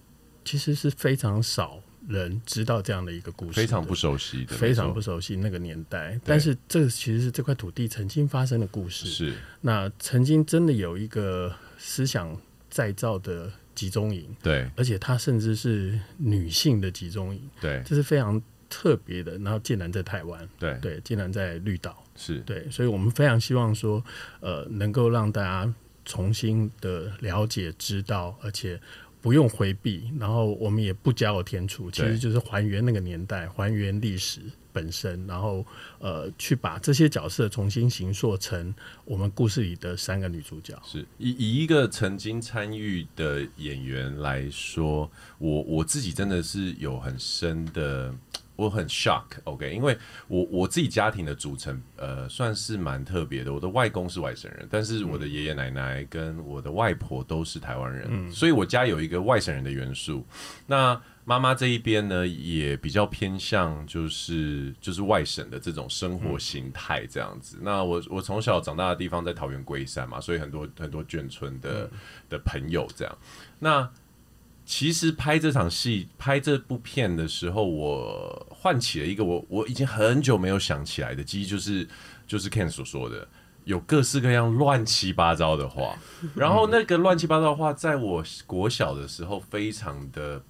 [SPEAKER 4] 其实是非常少人知道这样的一个故事的，
[SPEAKER 2] 非常不熟悉的，
[SPEAKER 4] 非常
[SPEAKER 2] 没
[SPEAKER 4] 不
[SPEAKER 2] 错
[SPEAKER 4] 熟悉那个年代。但是这其实是这块土地曾经发生的故事。
[SPEAKER 2] 是
[SPEAKER 4] 那曾经真的有一个思想再造的集中营，
[SPEAKER 2] 对
[SPEAKER 4] 而且它甚至是女性的集中营，
[SPEAKER 2] 对
[SPEAKER 4] 这是非常特别的。然后竟然在台湾，
[SPEAKER 2] 对
[SPEAKER 4] 对，竟然在绿岛。
[SPEAKER 2] 是
[SPEAKER 4] 对，所以我们非常希望说，呃，能够让大家重新的了解、知道，而且不用回避，然后我们也不加有添醋，其
[SPEAKER 2] 对
[SPEAKER 4] 实就是还原那个年代，还原历史本身，然后呃，去把这些角色重新形塑成我们故事里的三个女主角。
[SPEAKER 2] 是以以一个曾经参与的演员来说，我我自己真的是有很深的，我很 shock，OK，、因为我我自己家庭的组成，呃，算是蛮特别的。我的外公是外省人，但是我的爷爷奶奶跟我的外婆都是台湾人，所以我家有一个外省人的元素。那妈妈这一边呢，也比较偏向就是就是外省的这种生活形态这样子。那我我从小长大的地方在桃园龟山嘛，所以很多很多眷村的、的朋友这样。那其实拍这场戏、拍这部片的时候，我唤起了一个我我已经很久没有想起来的记忆，就是就是 Ken 所说的，有各式各样乱七八糟的话。然后那个乱七八糟的话，在我国小的时候非常的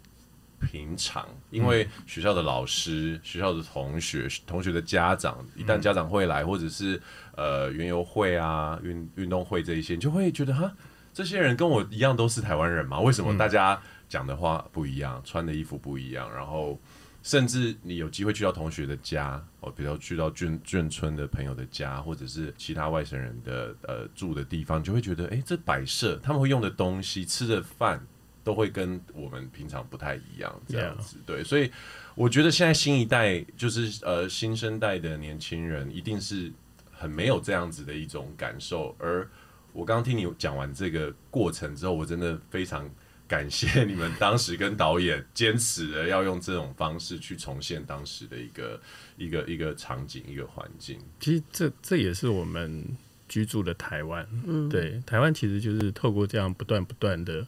[SPEAKER 2] 平常，因为学校的老师、学校的同学、同学的家长，一旦家长会来，或者是呃园游会啊、运运动会这一些，你就会觉得哈，这些人跟我一样都是台湾人嘛，为什么大家讲的话不一样，穿的衣服不一样，然后甚至你有机会去到同学的家，哦，比如去到眷眷村的朋友的家，或者是其他外省人的呃住的地方，你就会觉得，诶，这摆设他们会用的东西、吃的饭都会跟我们平常不太一样，这样子对，所以我觉得现在新一代就是呃新生代的年轻人，一定是很没有这样子的一种感受。而我刚刚听你讲完这个过程之后，我真的非常感谢你们当时跟导演坚持的要用这种方式去重现当时的一个一个一个场景、一个环境。
[SPEAKER 4] 其实这这也是我们居住的台湾，嗯，对，台湾其实就是透过这样不断不断的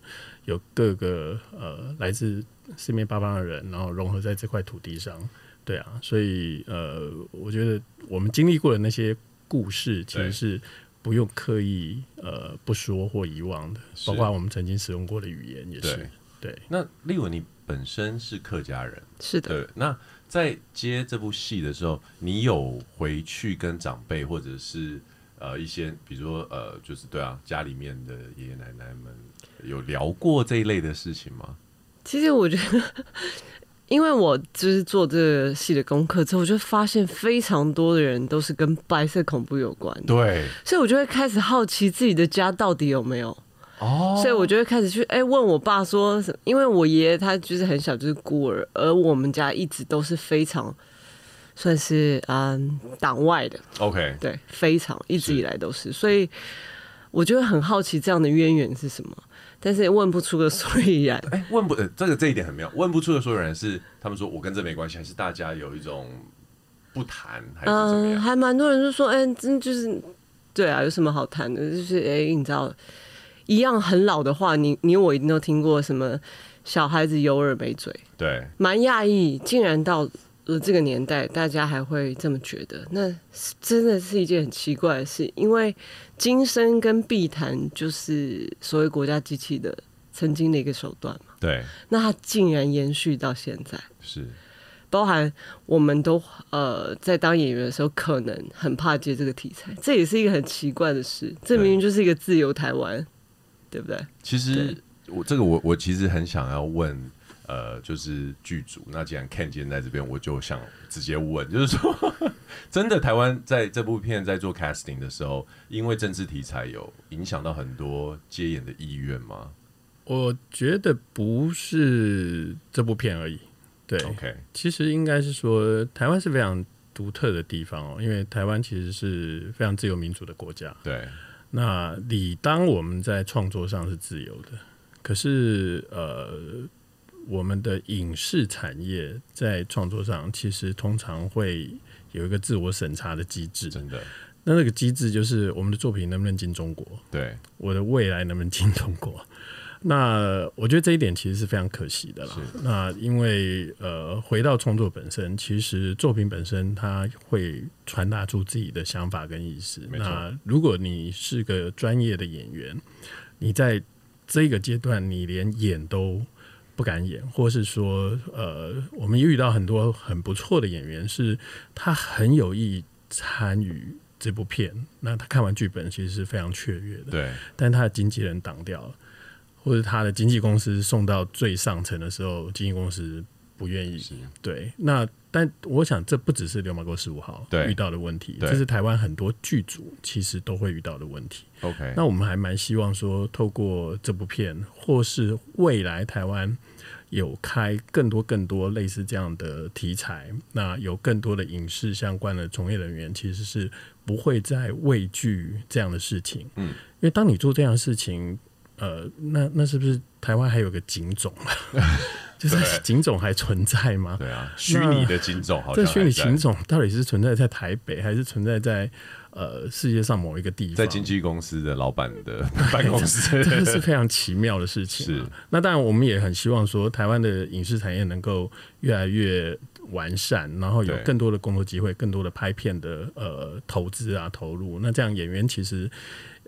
[SPEAKER 4] 有各个呃来自四面八方的人，然后融合在这块土地上，对啊，所以呃，我觉得我们经历过的那些故事，其
[SPEAKER 2] 对
[SPEAKER 4] 实是不用刻意呃不说或遗忘的，
[SPEAKER 2] 是
[SPEAKER 4] 包括我们曾经使用过的语言也
[SPEAKER 2] 对
[SPEAKER 4] 是，对。
[SPEAKER 2] 那立文，你本身是客家人，
[SPEAKER 1] 是的，
[SPEAKER 2] 对，那在接这部戏的时候，你有回去跟长辈或者是呃一些，比如说呃，就是对啊，家里面的爷爷奶奶们有聊过这一类的事情吗？
[SPEAKER 1] 其实我觉得， 因为我就是做这个戏的功课之后，我就发现非常多的人都是跟白色恐怖有关的，
[SPEAKER 2] 对，
[SPEAKER 1] 所以我就会开始好奇自己的家到底有没有。
[SPEAKER 2] 哦，
[SPEAKER 1] 所以我就会开始去哎、问我爸说什么，因为我爷爷他就是很小就是孤儿，而我们家一直都是非常算是嗯党外的，
[SPEAKER 2] OK，
[SPEAKER 1] 对，非常一直
[SPEAKER 2] 是
[SPEAKER 1] 以来都是，所以我就会很好奇这样的渊源是什么，但是也问不出个所以然。
[SPEAKER 2] 哎、问不、呃这个这一点很妙，问不出的所有人是他们说我跟这没关系，还是大家有一种不谈还是怎么
[SPEAKER 1] 嗯，
[SPEAKER 2] 样？
[SPEAKER 1] 还蛮多人就说，哎、真就是，对啊，有什么好谈的？就是，哎、你知道，一样很老的话，你你我一定都听过什么小孩子有耳没嘴，
[SPEAKER 2] 对，
[SPEAKER 1] 蛮讶异，竟然到了这个年代，大家还会这么觉得，那是真的是一件很奇怪的事，因为今生跟碧潭就是所谓国家机器的曾经的一个手段嘛，
[SPEAKER 2] 对，
[SPEAKER 1] 那它竟然延续到现在。
[SPEAKER 2] 是，
[SPEAKER 1] 包含我们都呃在当演员的时候，可能很怕接这个题材，这也是一个很奇怪的事。这明明就是一个自由台湾，对不对？
[SPEAKER 2] 其实我这个我我其实很想要问，呃，就是剧组。那既然 Ken 今天在这边，我就想直接问，就是说， 真的台湾在这部片在做 casting 的时候，因为政治题材有影响到很多接演的意愿吗
[SPEAKER 4] 我觉得不是这部片而已，对
[SPEAKER 2] ？OK，
[SPEAKER 4] 其实应该是说，台湾是非常独特的地方哦，因为台湾其实是非常自由民主的国家。
[SPEAKER 2] 对，
[SPEAKER 4] 那理当我们在创作上是自由的，可是呃，我们的影视产业在创作上其实通常会有一个自我审查的机制。
[SPEAKER 2] 真的，
[SPEAKER 4] 那那个机制就是我们的作品能不能进中国，
[SPEAKER 2] 对，
[SPEAKER 4] 我的未来能不能进中国？ 那我觉得这一点其实是非常可惜的啦。那因为呃，回到创作本身，其实作品本身它会传达出自己的想法跟意识。
[SPEAKER 2] 没错
[SPEAKER 4] 那如果你是个专业的演员，你在这个阶段你连演都不敢演，或是说呃，我们遇到很多很不错的演员，是他很有意参与这部片，那他看完剧本其实是非常雀跃的。
[SPEAKER 2] 对，
[SPEAKER 4] 但他的经纪人挡掉了，或者他的经纪公司送到最上层的时候，经纪公司不愿意
[SPEAKER 2] 是。
[SPEAKER 4] 对，那但我想这不只是流氓沟十五号
[SPEAKER 2] 对
[SPEAKER 4] 遇到的问题，
[SPEAKER 2] 对
[SPEAKER 4] 这是台湾很多剧组其实都会遇到的问题。
[SPEAKER 2] OK，
[SPEAKER 4] 那我们还蛮希望说，透过这部片，或是未来台湾有开更多更多类似这样的题材，那有更多的影视相关的从业人员，其实是不会再畏惧这样的事情。
[SPEAKER 2] 嗯
[SPEAKER 4] 因为当你做这样的事情，呃，那那是不是台湾还有个警种啊？ 就是
[SPEAKER 2] 对
[SPEAKER 4] 警种还存在吗？
[SPEAKER 2] 对啊，虚拟的金总好
[SPEAKER 4] 这
[SPEAKER 2] 像
[SPEAKER 4] 虚拟
[SPEAKER 2] 还在
[SPEAKER 4] 警种到底是存在在台北，还是存在在呃世界上某一个地方？
[SPEAKER 2] 在经纪公司的老板的 办公 室，
[SPEAKER 4] 这是非常奇妙的事情、啊。那当然，我们也很希望说，台湾的影视产业能够越来越完善，然后有
[SPEAKER 2] 对
[SPEAKER 4] 更多的工作机会，更多的拍片的呃投资啊投入。那这样演员其实。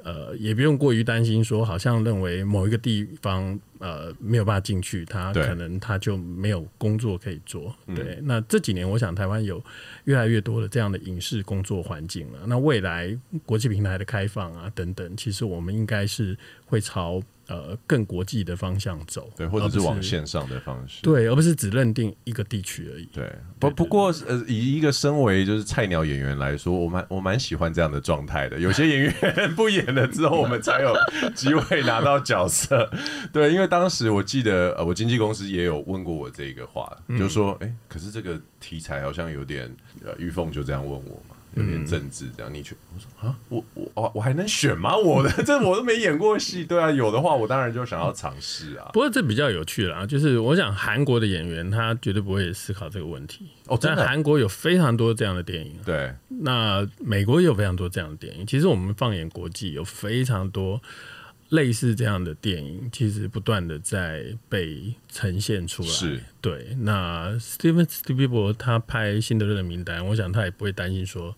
[SPEAKER 4] 呃，也不用过于担心，说好像认为某一个地方呃没有办法进去，他
[SPEAKER 2] 对嗯
[SPEAKER 4] 可能他就没有工作可以做。对，那这几年我想台湾有越来越多的这样的影视工作环境了。那未来国际平台的开放啊等等，其实我们应该是会朝呃更国际的方向走，
[SPEAKER 2] 对，或者
[SPEAKER 4] 而
[SPEAKER 2] 是
[SPEAKER 4] 不
[SPEAKER 2] 往线上的方式，
[SPEAKER 4] 对，而不是只认定一个地区而已。
[SPEAKER 2] 对，不不过呃，以一个身为就是菜鸟演员来说，我蛮我蛮喜欢这样的状态的。有些演员 不演了之后，我们才有机 会拿到角色。对，因为当时我记得，呃，我经纪公司也有问过我嗯这个话，就说，哎、可是这个题材好像有点，呃，玉凤就这样问我嘛，有点政治这样。你去，我说啊，我我哦我还能选吗？我的这我都没演过戏，对啊，有的话我当然就想要尝试啊。
[SPEAKER 4] 不过这比较有趣啦，就是我想韩国的演员他绝对不会思考这个问题。
[SPEAKER 2] 哦真
[SPEAKER 4] 但
[SPEAKER 2] 的
[SPEAKER 4] 韩国有非常多这样的电影啊，
[SPEAKER 2] 对，
[SPEAKER 4] 那美国也有非常多这样的电影。其实我们放眼国际，有非常多类似这样的电影，其实不断的在被呈现出来。
[SPEAKER 2] 是
[SPEAKER 4] 对。那 Steven Spielberg 他拍《辛德勒的名单》，我想他也不会担心说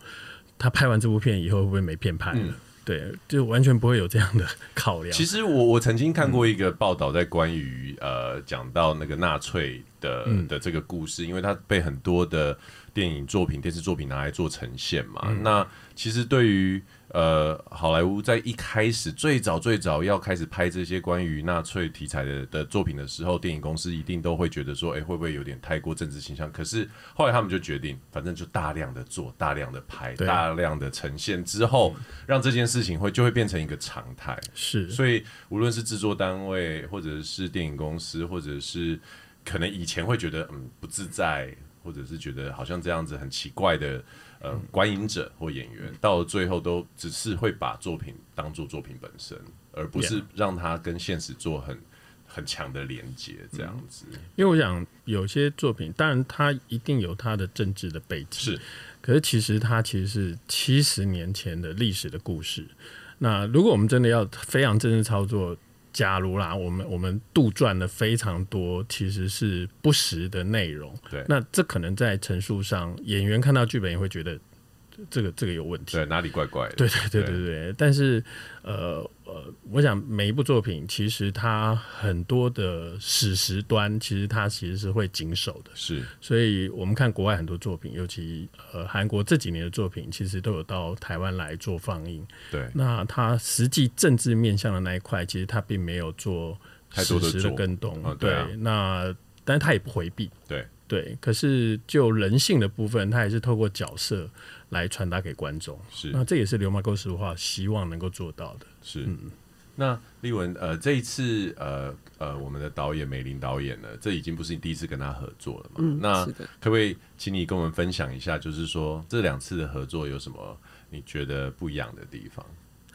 [SPEAKER 4] 他拍完这部片以后会不会没片拍了。对，就完全不会有这样的考
[SPEAKER 2] 嗯
[SPEAKER 4] 量。
[SPEAKER 2] 其实我我曾经看过一个报道，在关于呃讲到那个纳粹的的这个故事，因为它被很多的电影作品、电视作品拿来做呈现嘛。那其实对于呃好莱坞在一开始最早最早要开始拍这些关于纳粹题材的的作品的时候，电影公司一定都会觉得说，哎、会不会有点太过政治倾向？可是后来他们就决定，反正就大量的做，大量的拍，
[SPEAKER 4] 对
[SPEAKER 2] 大量的呈现之后，让这件事情会就会变成一个常态。
[SPEAKER 4] 是，
[SPEAKER 2] 所以无论是制作单位，或者是电影公司，或者是可能以前会觉得嗯不自在，或者是觉得好像这样子很奇怪的呃观影者或演员，到了最后都只是会把作品当做作品本身，而不是
[SPEAKER 4] Yeah
[SPEAKER 2] 让它跟现实做很很强的连接这样子。
[SPEAKER 4] 因为我想有些作品，当然它一定有它的政治的背景，
[SPEAKER 2] 是，
[SPEAKER 4] 可是其实它其实是七十年前的历史的故事。那如果我们真的要非常政治操作，假如啦，我们我们杜撰了非常多其实是不实的内容，
[SPEAKER 2] 对
[SPEAKER 4] 那这可能在陈述上，演员看到剧本也会觉得这这个这个有问题，
[SPEAKER 2] 对，哪里怪怪的？
[SPEAKER 4] 对对对对对，但是呃呃，我想每一部作品其实它很多的史实端，其实它其实是会谨守的。
[SPEAKER 2] 是
[SPEAKER 4] 所以我们看国外很多作品，尤其呃韩国这几年的作品，其实都有到台湾来做放映。
[SPEAKER 2] 对，
[SPEAKER 4] 那它实际政治面向的那一块，其实它并没有做
[SPEAKER 2] 太多的
[SPEAKER 4] 实时的
[SPEAKER 2] 做
[SPEAKER 4] 跟动。
[SPEAKER 2] 啊对啊
[SPEAKER 4] 那但它也不回避。
[SPEAKER 2] 对
[SPEAKER 4] 对，可是就人性的部分，它也是透过角色来传达给观众。
[SPEAKER 2] 是。
[SPEAKER 4] 那这也是流马沟石化希望能够做到的。
[SPEAKER 2] 是。
[SPEAKER 1] 嗯
[SPEAKER 2] 那立文，呃，这一次，呃呃，我们的导演梅林导演呢，这已经不是你第一次跟他合作了嘛？那
[SPEAKER 1] 嗯是的
[SPEAKER 2] 可不可以请你跟我们分享一下，就是说这两次的合作有什么你觉得不一样的地方？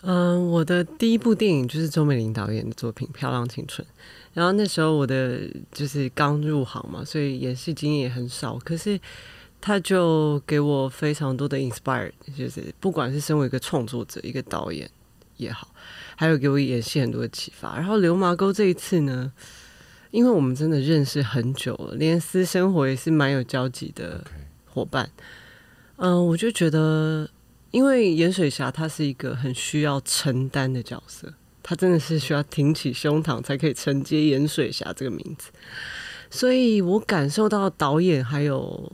[SPEAKER 1] 嗯，我的第一部电影就是周美玲导演的作品《漂亮青春》，然后那时候我的就是刚入行嘛，所以演戏经验也很少，可是他就给我非常多的 inspire，就是不管是身为一个创作者、一个导演也好，还有给我演戏很多的启发。然后《流麻沟》这一次呢，因为我们真的认识很久了，连私生活也是蛮有交集的
[SPEAKER 2] OK，
[SPEAKER 1] 伙伴，嗯、我就觉得，因为盐水侠他是一个很需要承担的角色，他真的是需要挺起胸膛才可以承接盐水侠这个名字，所以我感受到导演还有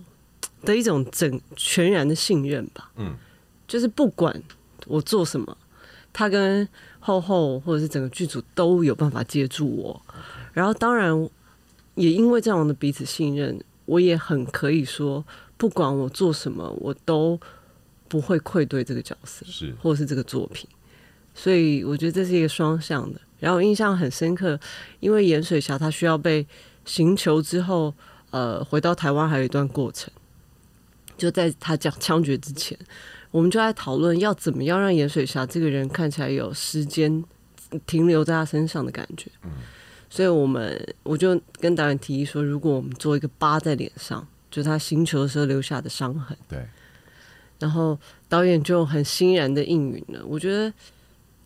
[SPEAKER 1] 的一种整全然的信任吧，
[SPEAKER 2] 嗯，
[SPEAKER 1] 就是不管我做什么，他跟厚厚或者是整个剧组都有办法接住我，然后当然也因为这样的彼此信任，我也很可以说，不管我做什么，我都不会愧对这个角色
[SPEAKER 2] 是
[SPEAKER 1] 或是这个作品，所以我觉得这是一个双向的。然后我印象很深刻，因为盐水侠他需要被行求之后，呃，回到台湾还有一段过程，就在他讲枪决之前，我们就在讨论要怎么样让盐水侠这个人看起来有时间停留在他身上的感觉。所以我们我就跟导演提议说，如果我们做一个疤在脸上，就是他行球的时候留下的伤痕。
[SPEAKER 2] 对，
[SPEAKER 1] 然后导演就很欣然的应允了。我觉得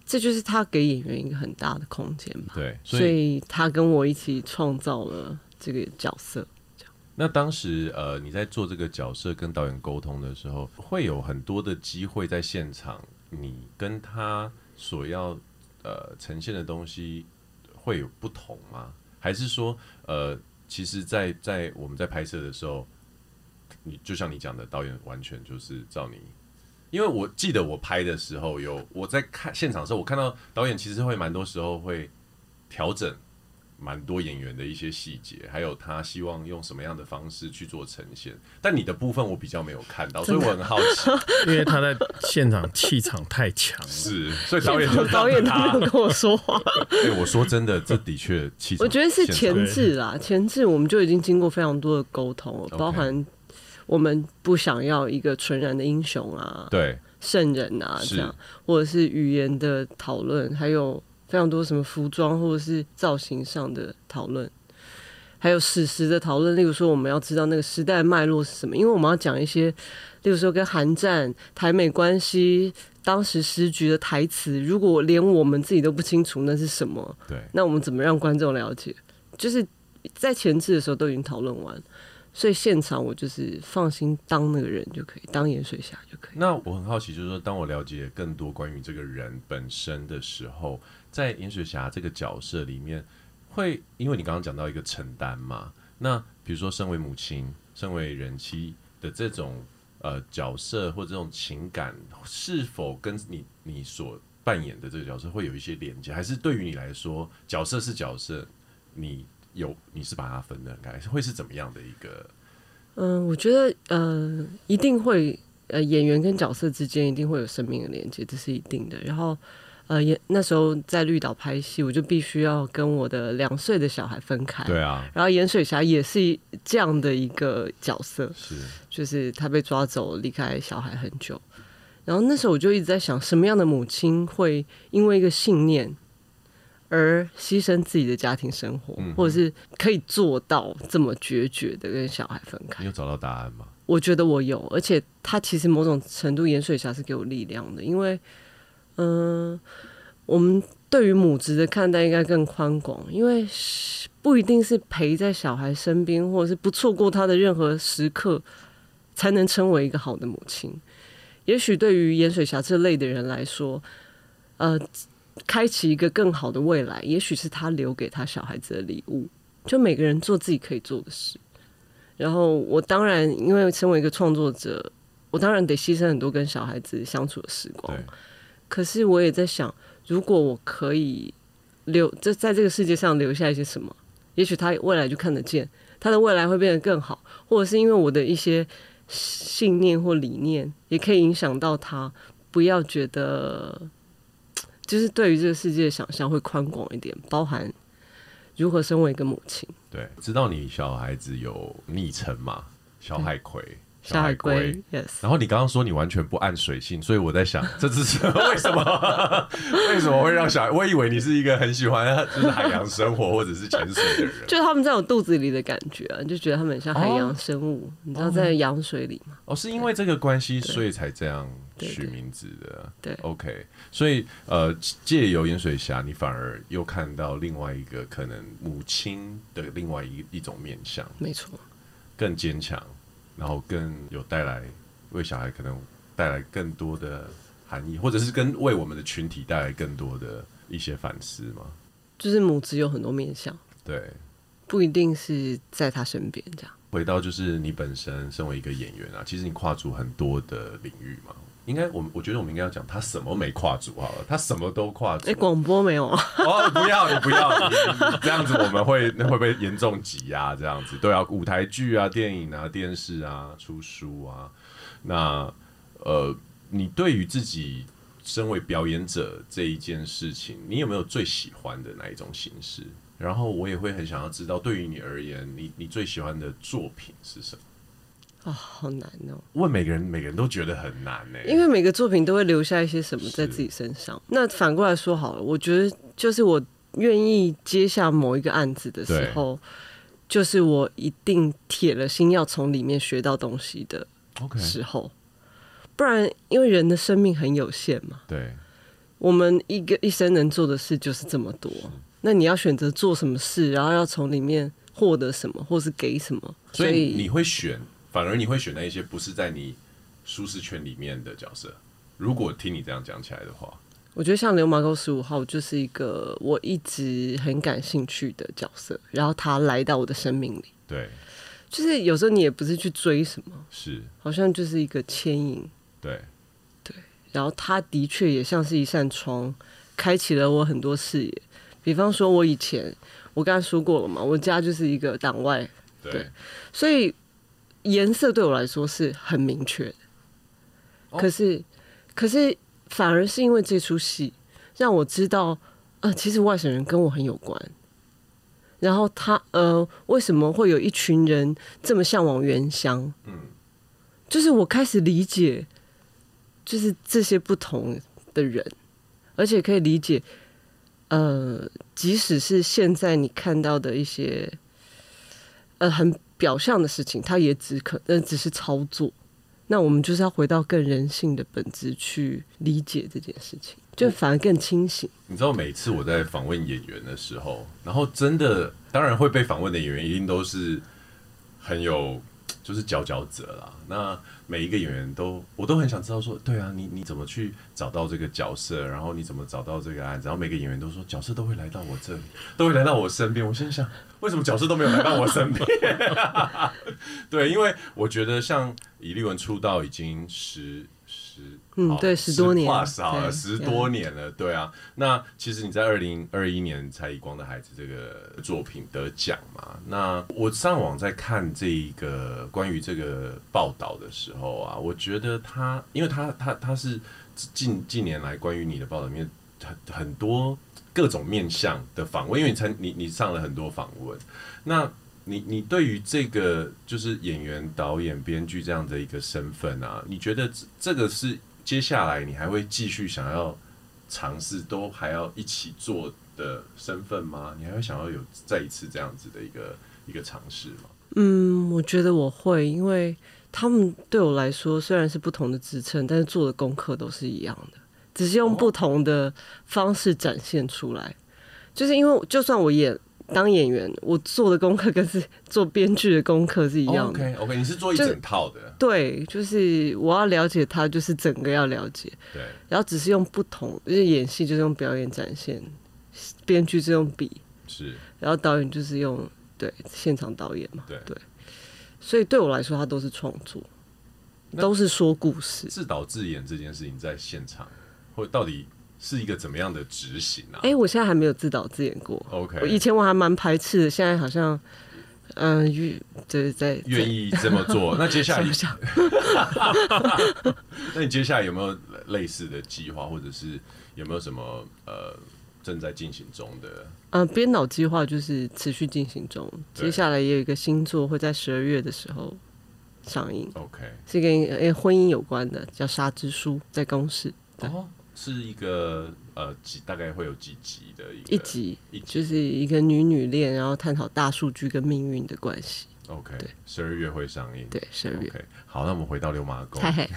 [SPEAKER 1] 这就是他给演员一个很大的空间吧，
[SPEAKER 2] 对，
[SPEAKER 1] 所
[SPEAKER 2] 所
[SPEAKER 1] 以
[SPEAKER 2] 以
[SPEAKER 1] 他跟我一起创造了这个角色。
[SPEAKER 2] 那当时呃，你在做这个角色跟导演沟通的时候，会有很多的机会在现场，你跟他所要呃呈现的东西会有不同吗？还是说呃，其实在，在我们在拍摄的时候，你就像你讲的，导演完全就是照你。因为我记得我拍的时候有我在看现场的时候，我看到导演其实会蛮多时候会调整蛮多演员的一些细节，还有他希望用什么样的方式去做呈现。但你的部分我比较没有看到，所以我很好奇，
[SPEAKER 4] 因为他在现场气场太强 了。
[SPEAKER 2] 是所以导演就让
[SPEAKER 1] 导演都没
[SPEAKER 2] 他
[SPEAKER 1] 有。跟我说 话，
[SPEAKER 2] 对，我说真的，这的确气场
[SPEAKER 1] 我觉得是
[SPEAKER 2] 现
[SPEAKER 1] 前
[SPEAKER 2] 场
[SPEAKER 1] 置啦，前置我们就已经经过非常多的沟通了，
[SPEAKER 2] OK
[SPEAKER 1] 包含我们不想要一个纯然的英雄啊、
[SPEAKER 2] 对，
[SPEAKER 1] 圣人啊
[SPEAKER 2] 是
[SPEAKER 1] 这样，或者是语言的讨论，还有非常多什么服装或者是造型上的讨论。还有史实的讨论，例如说我们要知道那个时代脉络是什么，因为我们要讲一些，例如说跟韩战、台美关系、当时时局的台词，如果连我们自己都不清楚那是什么，
[SPEAKER 2] 对，
[SPEAKER 1] 那我们怎么让观众了解？就是在前置的时候都已经讨论完，所以现场我就是放心当那个人就可以，当盐水侠就可以。
[SPEAKER 2] 那我很好奇，就是说，当我了解更多关于这个人本身的时候，在饮水侠这个角色里面，会因为你刚刚讲到一个承担嘛，那比如说身为母亲、身为人妻的这种呃角色或这种情感，是否跟你你所扮演的这个角色会有一些连接？还是对于你来说，角色是角色，你有你是把它分得很开，会是怎么样的一个？
[SPEAKER 1] 嗯、我觉得呃一定会呃演员跟角色之间一定会有生命的连接，这是一定的。然后呃也那时候在绿岛拍戏，我就必须要跟我的两岁的小孩分开。
[SPEAKER 2] 啊，
[SPEAKER 1] 然后盐水侠也是这样的一个角色，
[SPEAKER 2] 是
[SPEAKER 1] 就是他被抓走，离开小孩很久。然后那时候我就一直在想，什么样的母亲会因为一个信念而牺牲自己的家庭生活，
[SPEAKER 2] 嗯
[SPEAKER 1] 或者是可以做到这么决绝的跟小孩分开
[SPEAKER 2] 你有？找到答案吗？
[SPEAKER 1] 我觉得我有，而且他其实某种程度盐水侠是给我力量的，因为，嗯、我们对于母职的看待应该更宽广，因为是不一定是陪在小孩身边，或者是不错过他的任何时刻，才能成为一个好的母亲。也许对于盐水侠这类的人来说，呃，开启一个更好的未来，也许是他留给他小孩子的礼物。就每个人做自己可以做的事。然后我当然，因为身为一个创作者，我当然得牺牲很多跟小孩子相处的时光
[SPEAKER 2] 对。
[SPEAKER 1] 可是我也在想，如果我可以留这在这个世界上留下一些什么，也许他未来就看得见，他的未来会变得更好，或者是因为我的一些信念或理念，也可以影响到他，不要觉得就是对于这个世界的想象会宽广一点，包含如何身为一个母亲。
[SPEAKER 2] 对，知道你小孩子有昵称嘛？小海葵，
[SPEAKER 1] 嗯小海龟。，yes，
[SPEAKER 2] 然后你刚刚说你完全不按水性，所以我在想， 这只是为什么？ 为什么会让小孩？我以为你是一个很喜欢就是海洋生活或者是潜水的人。
[SPEAKER 1] 就他们在我肚子里的感觉啊，就觉得他们很像海洋生物，你知道在羊水里嘛？
[SPEAKER 2] 哦，是因为这个关系，所以才这样取名字的。
[SPEAKER 1] 对对
[SPEAKER 2] OK，所以呃，借由盐水侠，你反而又看到另外一个可能母亲的另外一一种面相。
[SPEAKER 1] 没错，
[SPEAKER 2] 更坚强，然后更有带来为小孩可能带来更多的含义，或者是跟为我们的群体带来更多的一些反思嘛？
[SPEAKER 1] 就是母子有很多面相，
[SPEAKER 2] 对，
[SPEAKER 1] 不一定是在他身边这样。
[SPEAKER 2] 回到就是你本身身为一个演员啊，其实你跨足很多的领域嘛。应该我们我觉得我们应该要讲他什么没跨足好了，他什么都跨足
[SPEAKER 1] 哎、。广播没有 啊？
[SPEAKER 2] 哦，不要你不要，你你这样子我们会那会被严重挤压，这样子对啊，舞台剧啊、电影啊、电视啊、出书啊，那呃，你对于自己身为表演者这一件事情，你有没有最喜欢的哪一种形式？然后我也会很想要知道，对于你而言，你你最喜欢的作品是什么？
[SPEAKER 1] 啊、好难哦、
[SPEAKER 2] 问每个人，每个人都觉得很难呢、
[SPEAKER 1] 因为每个作品都会留下一些什么在
[SPEAKER 2] 是
[SPEAKER 1] 自己身上。那反过来说好了，我觉得就是我愿意接下某一个案子的时
[SPEAKER 2] 对
[SPEAKER 1] 候，就是我一定铁了心要从里面学到东西的
[SPEAKER 2] OK
[SPEAKER 1] 时候，不然因为人的生命很有限嘛，
[SPEAKER 2] 对
[SPEAKER 1] 我们一个一生能做的事就是这么多。那你要选择做什么事，然后要从里面获得什么，或是给什么，
[SPEAKER 2] 所
[SPEAKER 1] 所
[SPEAKER 2] 以
[SPEAKER 1] 以
[SPEAKER 2] 你会选，反而你会选那一些不是在你舒适圈里面的角色。如果听你这样讲起来的话，
[SPEAKER 1] 我觉得像《流麻沟十五号》就是一个我一直很感兴趣的角色，然后他来到我的生命里，
[SPEAKER 2] 对，
[SPEAKER 1] 就是有时候你也不是去追什么，
[SPEAKER 2] 是，
[SPEAKER 1] 好像就是一个牵引，
[SPEAKER 2] 对，
[SPEAKER 1] 然后他的确也像是一扇窗，开启了我很多视野。比方说，我以前我刚才说过了嘛，我家就是一个党外
[SPEAKER 2] 对，
[SPEAKER 1] 对所以颜色对我来说是很明确的。
[SPEAKER 2] 哦
[SPEAKER 1] 可是，可是反而是因为这出戏让我知道，呃，其实外省人跟我很有关。然后他呃，为什么会有一群人这么向往原乡？
[SPEAKER 2] 嗯，
[SPEAKER 1] 就是我开始理解，就是这些不同的人，而且可以理解，呃，即使是现在你看到的一些，呃，很表象的事情，它也只可那、只是操作。那我们就是要回到更人性的本质去理解这件事情，就反而更清醒。
[SPEAKER 2] 你知道每次我在访问演员的时候，然后真的当然会被访问的演员一定都是很有就是佼佼者啦。那每一个演员都我都很想知道说，对啊，你你怎么去找到这个角色，然后你怎么找到这个案子，然后每个演员都说角色都会来到我这里，都会来到我身边。我心想，为什么角色都没有来到我身边？对，因为我觉得像以立文出道已经十十，
[SPEAKER 1] 嗯
[SPEAKER 2] 好
[SPEAKER 1] 对十多年
[SPEAKER 2] plus 好了，
[SPEAKER 1] 对
[SPEAKER 2] 十多年了，对啊。那其实你在二零二一年才《以光的孩子》这个作品得奖嘛？那我上网在看这一个关于这个报道的时候啊，我觉得他，因为他他他是近近年来关于你的报道里面很很多各种面向的访问，因为你才你你上了很多访问，那你你对于这个就是演员、导演、编剧这样的一个身份啊，你觉得这这个是接下来你还会继续想要尝试，都还要一起做的身份吗？你还会想要有再一次这样子的一个一个尝试吗？
[SPEAKER 1] 嗯，我觉得我会，因为他们对我来说虽然是不同的职称，但是做的功课都是一样的，只是用不同的方式展现出来。就是因为就算我演当演员，我做的功课跟是做编剧的功课是一样的。
[SPEAKER 2] OK 哦 OK，你是做一
[SPEAKER 1] 就
[SPEAKER 2] 整套的，
[SPEAKER 1] 对，就是我要了解他，就是整个要了解，
[SPEAKER 2] 对，
[SPEAKER 1] 然后只是用不同，就是演戏就是用表演展现，编剧是用笔，
[SPEAKER 2] 是
[SPEAKER 1] 然后导演就是用对现场导演嘛，
[SPEAKER 2] 对
[SPEAKER 1] 所以对我来说，它都是创作，都是说故事。
[SPEAKER 2] 自导自演这件事情在现场或到底是一个怎么样的执行啊？
[SPEAKER 1] 哎、我现在还没有自导自演过。
[SPEAKER 2] OK
[SPEAKER 1] 我以前我还蛮排斥的，现在好像，嗯、愿就是在
[SPEAKER 2] 愿意这么 做，那接下
[SPEAKER 1] 在
[SPEAKER 2] 来
[SPEAKER 1] 想想，
[SPEAKER 2] 那你接下来有没有类似的计划，或者是有没有什么呃正在进行中的？
[SPEAKER 1] 嗯，编导计划就是持续进行中，
[SPEAKER 2] 对
[SPEAKER 1] 接下来也有一个新作会在十二月的时候上映，
[SPEAKER 2] OK，
[SPEAKER 1] 是跟诶、婚姻有关的，叫《沙之书》，在公视对
[SPEAKER 2] 哦，是一个呃几大概会有几集的一个
[SPEAKER 1] 一集
[SPEAKER 2] 一，集
[SPEAKER 1] 就是一个女女恋，然后探讨大数据跟命运的关系。
[SPEAKER 2] OK，
[SPEAKER 1] 对
[SPEAKER 2] 十二月会上映。
[SPEAKER 1] 对，十二月。
[SPEAKER 2] OK，好，那我们回到刘马沟
[SPEAKER 1] 嘿嘿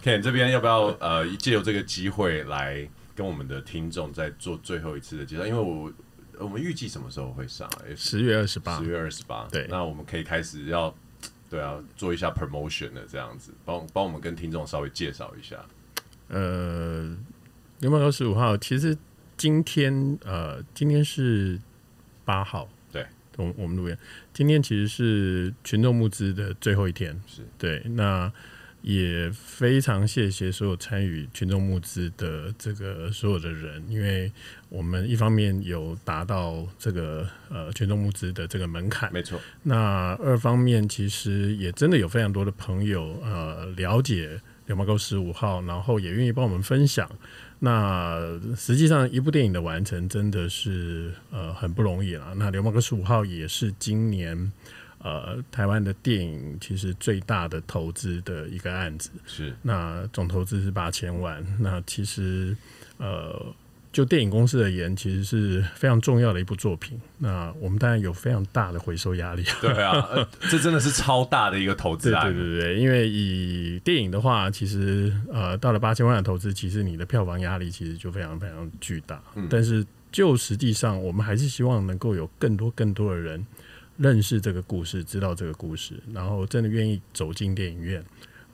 [SPEAKER 2] ，Ken 这边要不要呃借由这个机会来跟我们的听众再做最后一次的介绍？因为我我们预计什么时候会上？啊诶
[SPEAKER 4] 十月二十八
[SPEAKER 2] 十，月二十八，
[SPEAKER 4] 对
[SPEAKER 2] 那我们可以开始要，对啊，做一下 promotion 的这样子，帮帮我们跟听众稍微介绍一下。
[SPEAKER 4] 呃，有没有十五号？其实今天呃，今天是八号，
[SPEAKER 2] 对，
[SPEAKER 4] 我我们录音，今天其实是群众募资的最后一天，
[SPEAKER 2] 是
[SPEAKER 4] 对，那。也非常谢谢所有参与群众募资的这个所有的人，因为我们一方面有达到这个呃群众募资的这个门槛，
[SPEAKER 2] 没错，
[SPEAKER 4] 那二方面，其实也真的有非常多的朋友呃了解流氓沟十五号，然后也愿意帮我们分享。那实际上，一部电影的完成真的是呃很不容易了。那流氓沟十五号也是今年呃台湾的电影其实最大的投资的一个案子。
[SPEAKER 2] 是
[SPEAKER 4] 那总投资是八千万。那其实呃，就电影公司而言，其实是非常重要的一部作品。那我们当然有非常大的回收压力。
[SPEAKER 2] 对啊、 呃这真的是超大的一个投资啊
[SPEAKER 4] 对
[SPEAKER 2] 案，
[SPEAKER 4] 对对对，因为以电影的话，其实呃，到了八千万的投资，其实你的票房压力其实就非常非常巨大。但是就实际上，我们还是希望能够有更多更多的人认识这个故事，知道这个故事，然后真的愿意走进电影院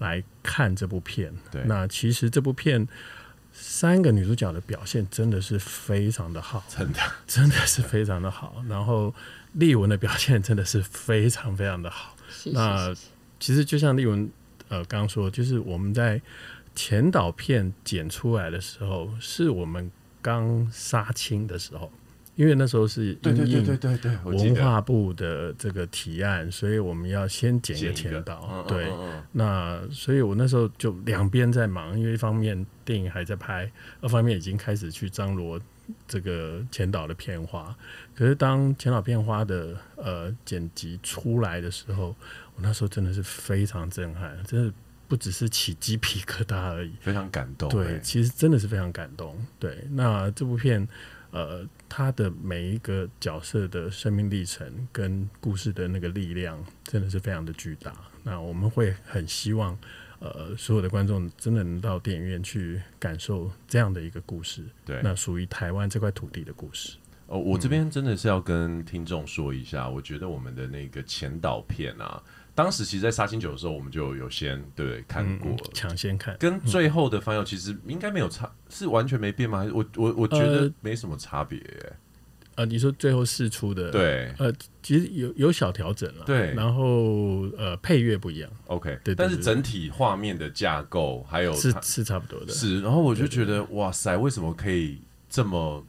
[SPEAKER 4] 来看这部片。
[SPEAKER 2] 对
[SPEAKER 4] 那其实这部片。三个女主角的表现真的是非常的好，
[SPEAKER 2] 真的
[SPEAKER 4] 真的是非常的好。然后丽文的表现真的是非常非常的好。
[SPEAKER 1] 谢谢
[SPEAKER 4] 那
[SPEAKER 1] 谢谢
[SPEAKER 4] 其实就像丽文呃刚刚说，就是我们在前导片剪出来的时候，是我们刚杀青的时候，因为那时候是
[SPEAKER 2] 对对
[SPEAKER 4] 因
[SPEAKER 2] 对
[SPEAKER 4] 应
[SPEAKER 2] 对对对，我记
[SPEAKER 4] 文
[SPEAKER 2] 得
[SPEAKER 4] 化部的这个提案，所以我们要先剪一个前导，
[SPEAKER 2] 嗯嗯
[SPEAKER 4] 对。
[SPEAKER 2] 嗯嗯
[SPEAKER 4] 那所以，我那时候就两边在忙，因为一方面电影还在拍，二方面已经开始去张罗这个前导的片花。可是当前导片花的呃剪辑出来的时候，我那时候真的是非常震撼，真的不只是起鸡皮疙瘩而已。
[SPEAKER 2] 非常感动、
[SPEAKER 4] 对，
[SPEAKER 2] 欸。
[SPEAKER 4] 其实真的是非常感动。对，那这部片，呃，它的每一个角色的生命历程跟故事的那个力量，真的是非常的巨大。那我们会很希望，呃，所有的观众真的能到电影院去感受这样的一个故事，
[SPEAKER 2] 对
[SPEAKER 4] 那嗯属于台湾这块土地的故事。
[SPEAKER 2] 哦，我这边真的是要跟听众说一下，我觉得我们的那个前导片啊，当时其实，在杀青酒的时候，我们就有先对不对看过。
[SPEAKER 4] 抢先看。
[SPEAKER 2] 跟最后的翻译其实应该没有差，是完全没变吗？还是我我我觉得
[SPEAKER 4] 呃
[SPEAKER 2] 没什么差别、欸
[SPEAKER 4] 呃，你说最后试出的，，
[SPEAKER 2] 对
[SPEAKER 4] 呃，其实有有小调整了，
[SPEAKER 2] 对
[SPEAKER 4] 然后呃，配乐不一样，
[SPEAKER 2] ，OK，
[SPEAKER 4] 对对
[SPEAKER 2] 但是
[SPEAKER 4] 对
[SPEAKER 2] 整体画面的架构还有
[SPEAKER 4] 是
[SPEAKER 2] 哦它
[SPEAKER 4] 是差不多的，
[SPEAKER 2] 是，然后我就觉得哇塞，为什么可以这么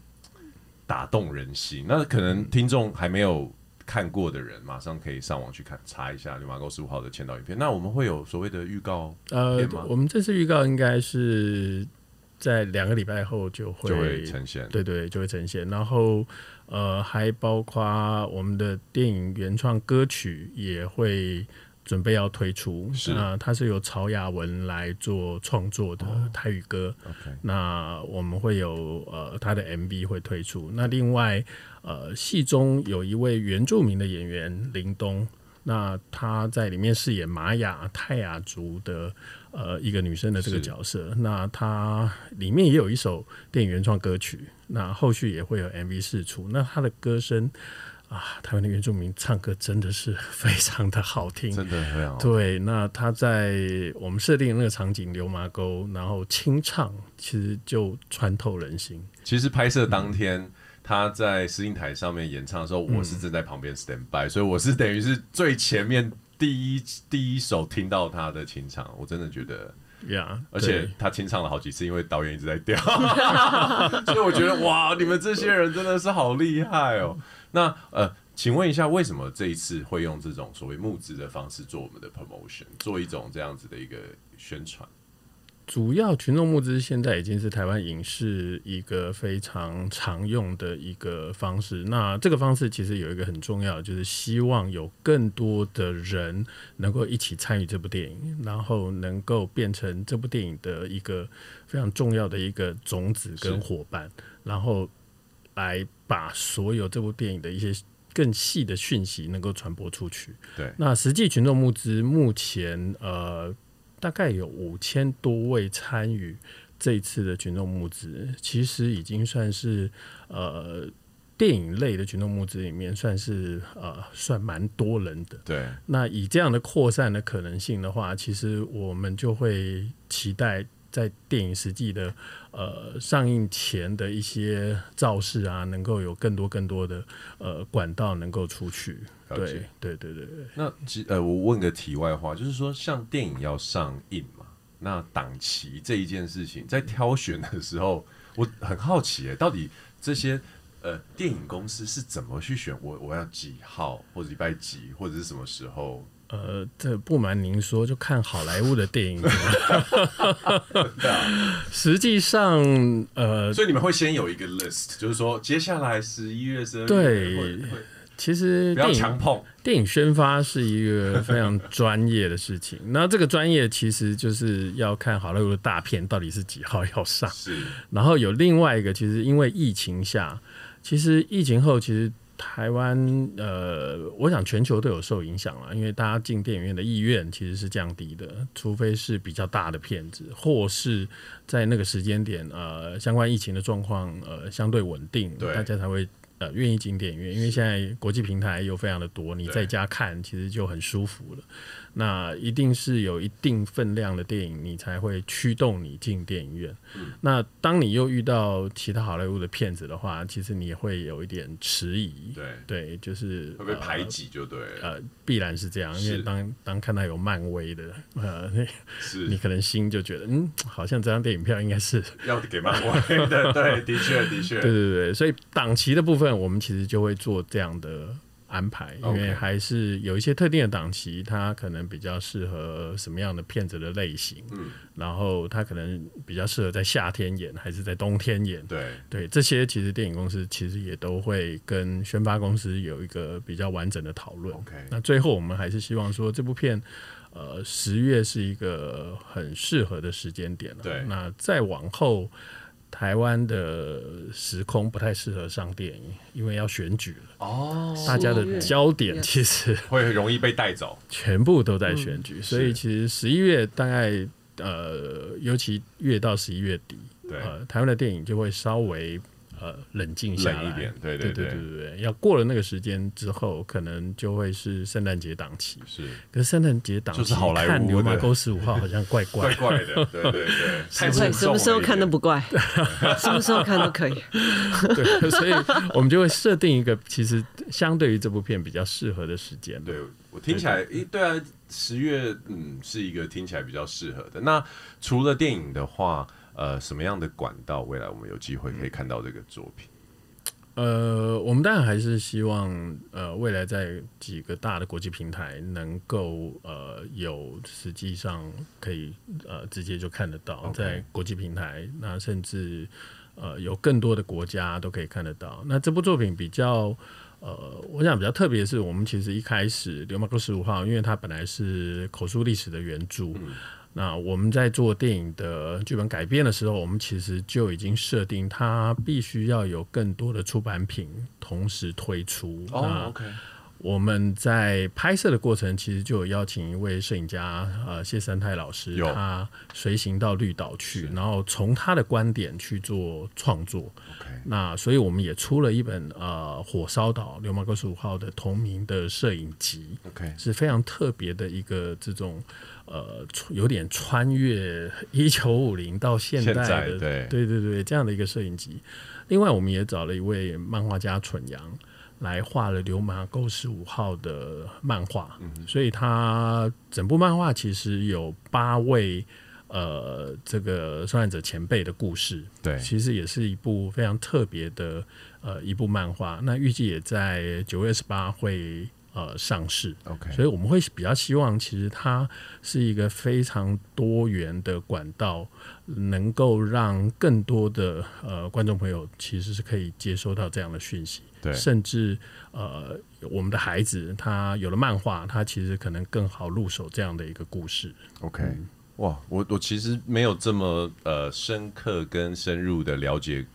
[SPEAKER 2] 打动人心？那可能听众还没有看过的人，马上可以上网去看查一下《流马沟十五号》的前导影片。那我们会有所谓的预告，
[SPEAKER 4] 呃
[SPEAKER 2] 片吗，
[SPEAKER 4] 我们这次预告应该是在两个礼拜后就会
[SPEAKER 2] 就会呈现。
[SPEAKER 4] 对对，就会呈现。然后呃，还包括我们的电影原创歌曲也会准备要推出。
[SPEAKER 2] 是
[SPEAKER 4] 那它是由曹雅文来做创作的台语歌。
[SPEAKER 2] 哦 OK
[SPEAKER 4] 那我们会有呃他的 MV 会推出。那另外呃，戏中有一位原住民的演员林东。那他在里面饰演玛雅泰雅族的呃一个女生的这个
[SPEAKER 2] 是
[SPEAKER 4] 角色。那她里面也有一首电影原创歌曲，那后续也会有 MV 试出。那她的歌声啊，台湾的原住民唱歌真的是非常的好听，
[SPEAKER 2] 真的非常好
[SPEAKER 4] 对，那他在我们设定的那个场景流麻沟，然后清唱，其实就穿透人心。
[SPEAKER 2] 其实拍摄当天。他在司令台上面演唱的时候，我是正在旁边
[SPEAKER 4] 嗯
[SPEAKER 2] stand by，、所以我是等于是最前面第一第一首听到他的清唱，我真的觉得
[SPEAKER 4] 呀、
[SPEAKER 2] 而且他清唱了好几次，因为导演一直在调， 所以我觉得哇，你们这些人真的是好厉害哦。那呃，请问一下，为什么这一次会用这种所谓募资的方式做我们的 promotion，做一种这样子的一个宣传？
[SPEAKER 4] 主要群众募资现在已经是台湾影视一个非常常用的一个方式。那这个方式其实有一个很重要的，就是希望有更多的人能够一起参与这部电影，然后能够变成这部电影的一个非常重要的一个种子跟伙伴，然后来把所有这部电影的一些更细的讯息能够传播出去。
[SPEAKER 2] 对
[SPEAKER 4] 那实际群众募资目前呃大概有五千多位参与这一次的群众募资，其实已经算是呃电影类的群众募资里面算是呃算蛮多人的。
[SPEAKER 2] 对，
[SPEAKER 4] 那以这样的扩散的可能性的话，其实我们就会期待在电影实际的呃上映前的一些造势啊，能够有更多更多的呃管道能够出去。
[SPEAKER 2] 了
[SPEAKER 4] 对
[SPEAKER 2] 解
[SPEAKER 4] 对对对对，
[SPEAKER 2] 那其呃，我问个题外话，就是说，像电影要上映嘛，那档期这一件事情，在挑选的时候，我很好奇、欸，到底这些呃电影公司是怎么去选我我要几号或者礼拜几或者是什么时候？
[SPEAKER 4] 呃，这不瞒您说，就看好莱坞的电影。实际上，呃，
[SPEAKER 2] 所以你们会先有一个 list，就是说接下来十一月、十二月
[SPEAKER 4] 对
[SPEAKER 2] 会会
[SPEAKER 4] 其实
[SPEAKER 2] 不要
[SPEAKER 4] 电影
[SPEAKER 2] 强碰，
[SPEAKER 4] 电影宣发是一个非常专业的事情，那这个专业其实就是要看好莱坞的大片到底是几号要上，
[SPEAKER 2] 是
[SPEAKER 4] 然后有另外一个，其实因为疫情下，其实疫情后其实。台湾呃，我想全球都有受影响了，因为大家进电影院的意愿其实是降低的，除非是比较大的片子，或是在那个时间点呃，相关疫情的状况呃相对稳定，
[SPEAKER 2] 对
[SPEAKER 4] 大家才会呃愿意进电影院，因为现在国际平台又非常的多，你在家看其实就很舒服了。那一定是有一定分量的电影，你才会驱动你进电影院。那当你又遇到其他好莱坞的片子的话，其实你也会有一点迟疑。
[SPEAKER 2] 对，
[SPEAKER 4] 对，就是
[SPEAKER 2] 会被
[SPEAKER 4] 呃
[SPEAKER 2] 排挤就对了，
[SPEAKER 4] 呃，必然是这样，因为
[SPEAKER 2] 是
[SPEAKER 4] 当当看到有漫威的，呃，
[SPEAKER 2] 是
[SPEAKER 4] 你可能心就觉得，嗯，好像这张电影票应该是，
[SPEAKER 2] 要给漫威 的，对，的确的
[SPEAKER 4] 对
[SPEAKER 2] 确，
[SPEAKER 4] 对对，所以档期的部分，我们其实就会做这样的安排，因
[SPEAKER 2] OK
[SPEAKER 4] 为还是有一些特定的档期，它可能比较适合什么样的片子的类型，
[SPEAKER 2] 嗯，
[SPEAKER 4] 然后它可能比较适合在夏天演还是在冬天演，
[SPEAKER 2] 对，
[SPEAKER 4] 对，这些其实电影公司其实也都会跟宣发公司有一个比较完整的讨
[SPEAKER 1] 哦
[SPEAKER 4] 论。
[SPEAKER 2] OK
[SPEAKER 4] 那最后我们还是希望说这部片，呃，十月是一个很适合的时间点了、
[SPEAKER 2] 对
[SPEAKER 4] 那再往后，台湾的时空不太适合上电影，因为要选举了，
[SPEAKER 2] 哦，
[SPEAKER 4] 大家
[SPEAKER 1] 十一
[SPEAKER 4] 的
[SPEAKER 1] 月
[SPEAKER 4] 焦点其实
[SPEAKER 2] 会容易被带走，
[SPEAKER 4] 全部都
[SPEAKER 1] 嗯
[SPEAKER 4] 在选举，所以其实十一月大概呃，尤其越到十一月底，
[SPEAKER 2] 对，
[SPEAKER 4] 呃，台湾的电影就会稍微呃冷静下来
[SPEAKER 2] 冷一点对
[SPEAKER 4] 对
[SPEAKER 2] 对
[SPEAKER 4] 对
[SPEAKER 2] 对
[SPEAKER 4] 对对要过了那个时间之后，可能就会是圣诞节档期。
[SPEAKER 2] 是
[SPEAKER 4] 可是圣诞节档期
[SPEAKER 2] 就是好莱坞的
[SPEAKER 4] 看牛马沟十五号好像怪怪
[SPEAKER 2] 怪 怪的，对对 对，太
[SPEAKER 1] 对，
[SPEAKER 2] 沉
[SPEAKER 1] 什
[SPEAKER 2] 重
[SPEAKER 1] 么
[SPEAKER 2] 了
[SPEAKER 1] 时候
[SPEAKER 2] 一
[SPEAKER 1] 看都
[SPEAKER 2] 点
[SPEAKER 1] 不 怪，什么时候看都可以。
[SPEAKER 4] 对， 所以我们就会设定一个其实相对于这部片比较适合的时间。
[SPEAKER 2] 对我听起来，诶，对啊，十月嗯是一个听起来比较适合的。那除了电影的话，呃，什么样的管道未来我们有机会可以看到这个作品？
[SPEAKER 4] 呃，我们当然还是希望，呃，未来在几个大的国际平台能够，呃，有实际上可以，呃，直接就看得到
[SPEAKER 2] OK
[SPEAKER 4] 在国际平台，那甚至，呃，有更多的国家都可以看得到。那这部作品比较，呃，我想比较特别的是，我们其实一开始《流氓哥十五号》，因为它本来是口述历史的原著，那我们在做电影的剧本改编的时候，我们其实就已经设定它必须要有更多的出版品同时推出。那
[SPEAKER 2] 哦 OK，
[SPEAKER 4] 我们在拍摄的过程，其实就有邀请一位摄影家，呃，谢三泰老师，
[SPEAKER 2] 有
[SPEAKER 4] 他随行到绿岛去，然后从他的观点去做创作。
[SPEAKER 2] OK
[SPEAKER 4] 那所以我们也出了一本呃《火烧岛流氓哥十五号》的同名的摄影集。
[SPEAKER 2] OK，
[SPEAKER 4] 是非常特别的一个这种呃，穿有点穿越一九五零到现代的，
[SPEAKER 2] 现在对
[SPEAKER 4] 对对对这样的一个摄影集。另外，我们也找了一位漫画家蠢阳来画了《流氓沟十五号》的漫画，
[SPEAKER 2] 嗯
[SPEAKER 4] 所以他整部漫画其实有八位。呃，这个受难者前辈的故事，
[SPEAKER 2] 对
[SPEAKER 4] 其实也是一部非常特别的呃一部漫画。那预计也在九月十八会呃上市，所
[SPEAKER 2] OK，
[SPEAKER 4] 以我们会比较希望，其实它是一个非常多元的管道，能够让更多的呃观众朋友其实是可以接收到这样的讯息，
[SPEAKER 2] 对
[SPEAKER 4] 甚至呃我们的孩子他有了漫画，他其实可能更好入手这样的一个故事。
[SPEAKER 2] OK，、哇，我我其实没有这么呃深刻跟深入的了解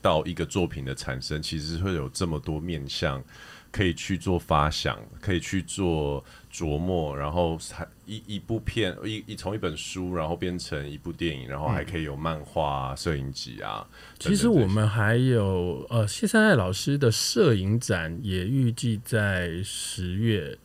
[SPEAKER 2] 到一个作品的产生，其实会有这么多面向可以去做发想，可以去做琢磨，然后才一一部片一一从一本书，然后变成一部电影，然后还可以有漫画、啊、摄影集啊。等等
[SPEAKER 4] 其实
[SPEAKER 2] 这些
[SPEAKER 4] 我们还有呃谢三爱老师的摄影展也预计在十月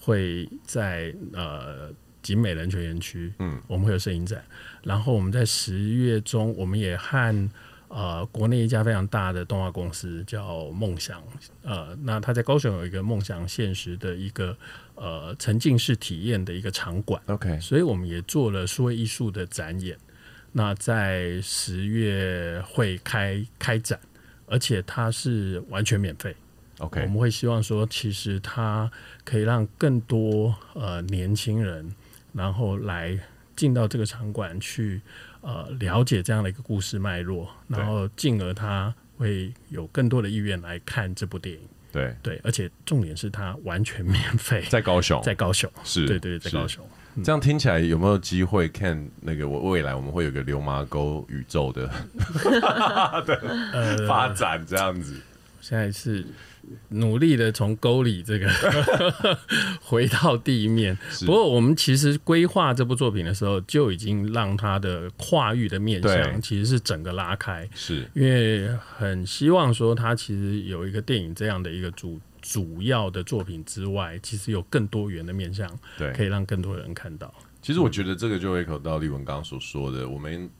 [SPEAKER 4] 会在呃景美人权园区，
[SPEAKER 2] 嗯，
[SPEAKER 4] 我们会有摄影展。然后我们在十月中，我们也和呃国内一家非常大的动画公司叫梦想，呃，那他在高雄有一个梦想现实的一个呃沉浸式体验的一个场馆。
[SPEAKER 2] OK
[SPEAKER 4] 所以我们也做了数位艺术的展演。那在十月会开开展，而且它是完全免费。我
[SPEAKER 2] OK
[SPEAKER 4] 们会希望说，其实它可以让更多呃年轻人，然后来进到这个场馆去呃了解这样的一个故事脉络，
[SPEAKER 2] 对
[SPEAKER 4] 然后进而他会有更多的意愿来看这部电影。
[SPEAKER 2] 对，
[SPEAKER 4] 对，而且重点是它完全免费，
[SPEAKER 2] 在高雄，
[SPEAKER 4] 在高雄。
[SPEAKER 2] 哦是
[SPEAKER 4] 对对，在
[SPEAKER 2] 是
[SPEAKER 4] 高雄。
[SPEAKER 2] 这样听起来有没有机会看那个我未来我们会有个流麻沟宇宙 的 的发展这样子？
[SPEAKER 4] 现在是努力的从沟里这个 回到地面。不过我们其实规划这部作品的时候，就已经让它的跨域的面
[SPEAKER 2] 对
[SPEAKER 4] 向其实是整个拉开，
[SPEAKER 2] 是
[SPEAKER 4] 因为很希望说它其实有一个电影这样的一个主主要的作品之外，其实有更多元的面向，
[SPEAKER 2] 对，
[SPEAKER 4] 可以让更多人看到。
[SPEAKER 2] 其实我觉得这个就会口到立文刚刚所说的，我们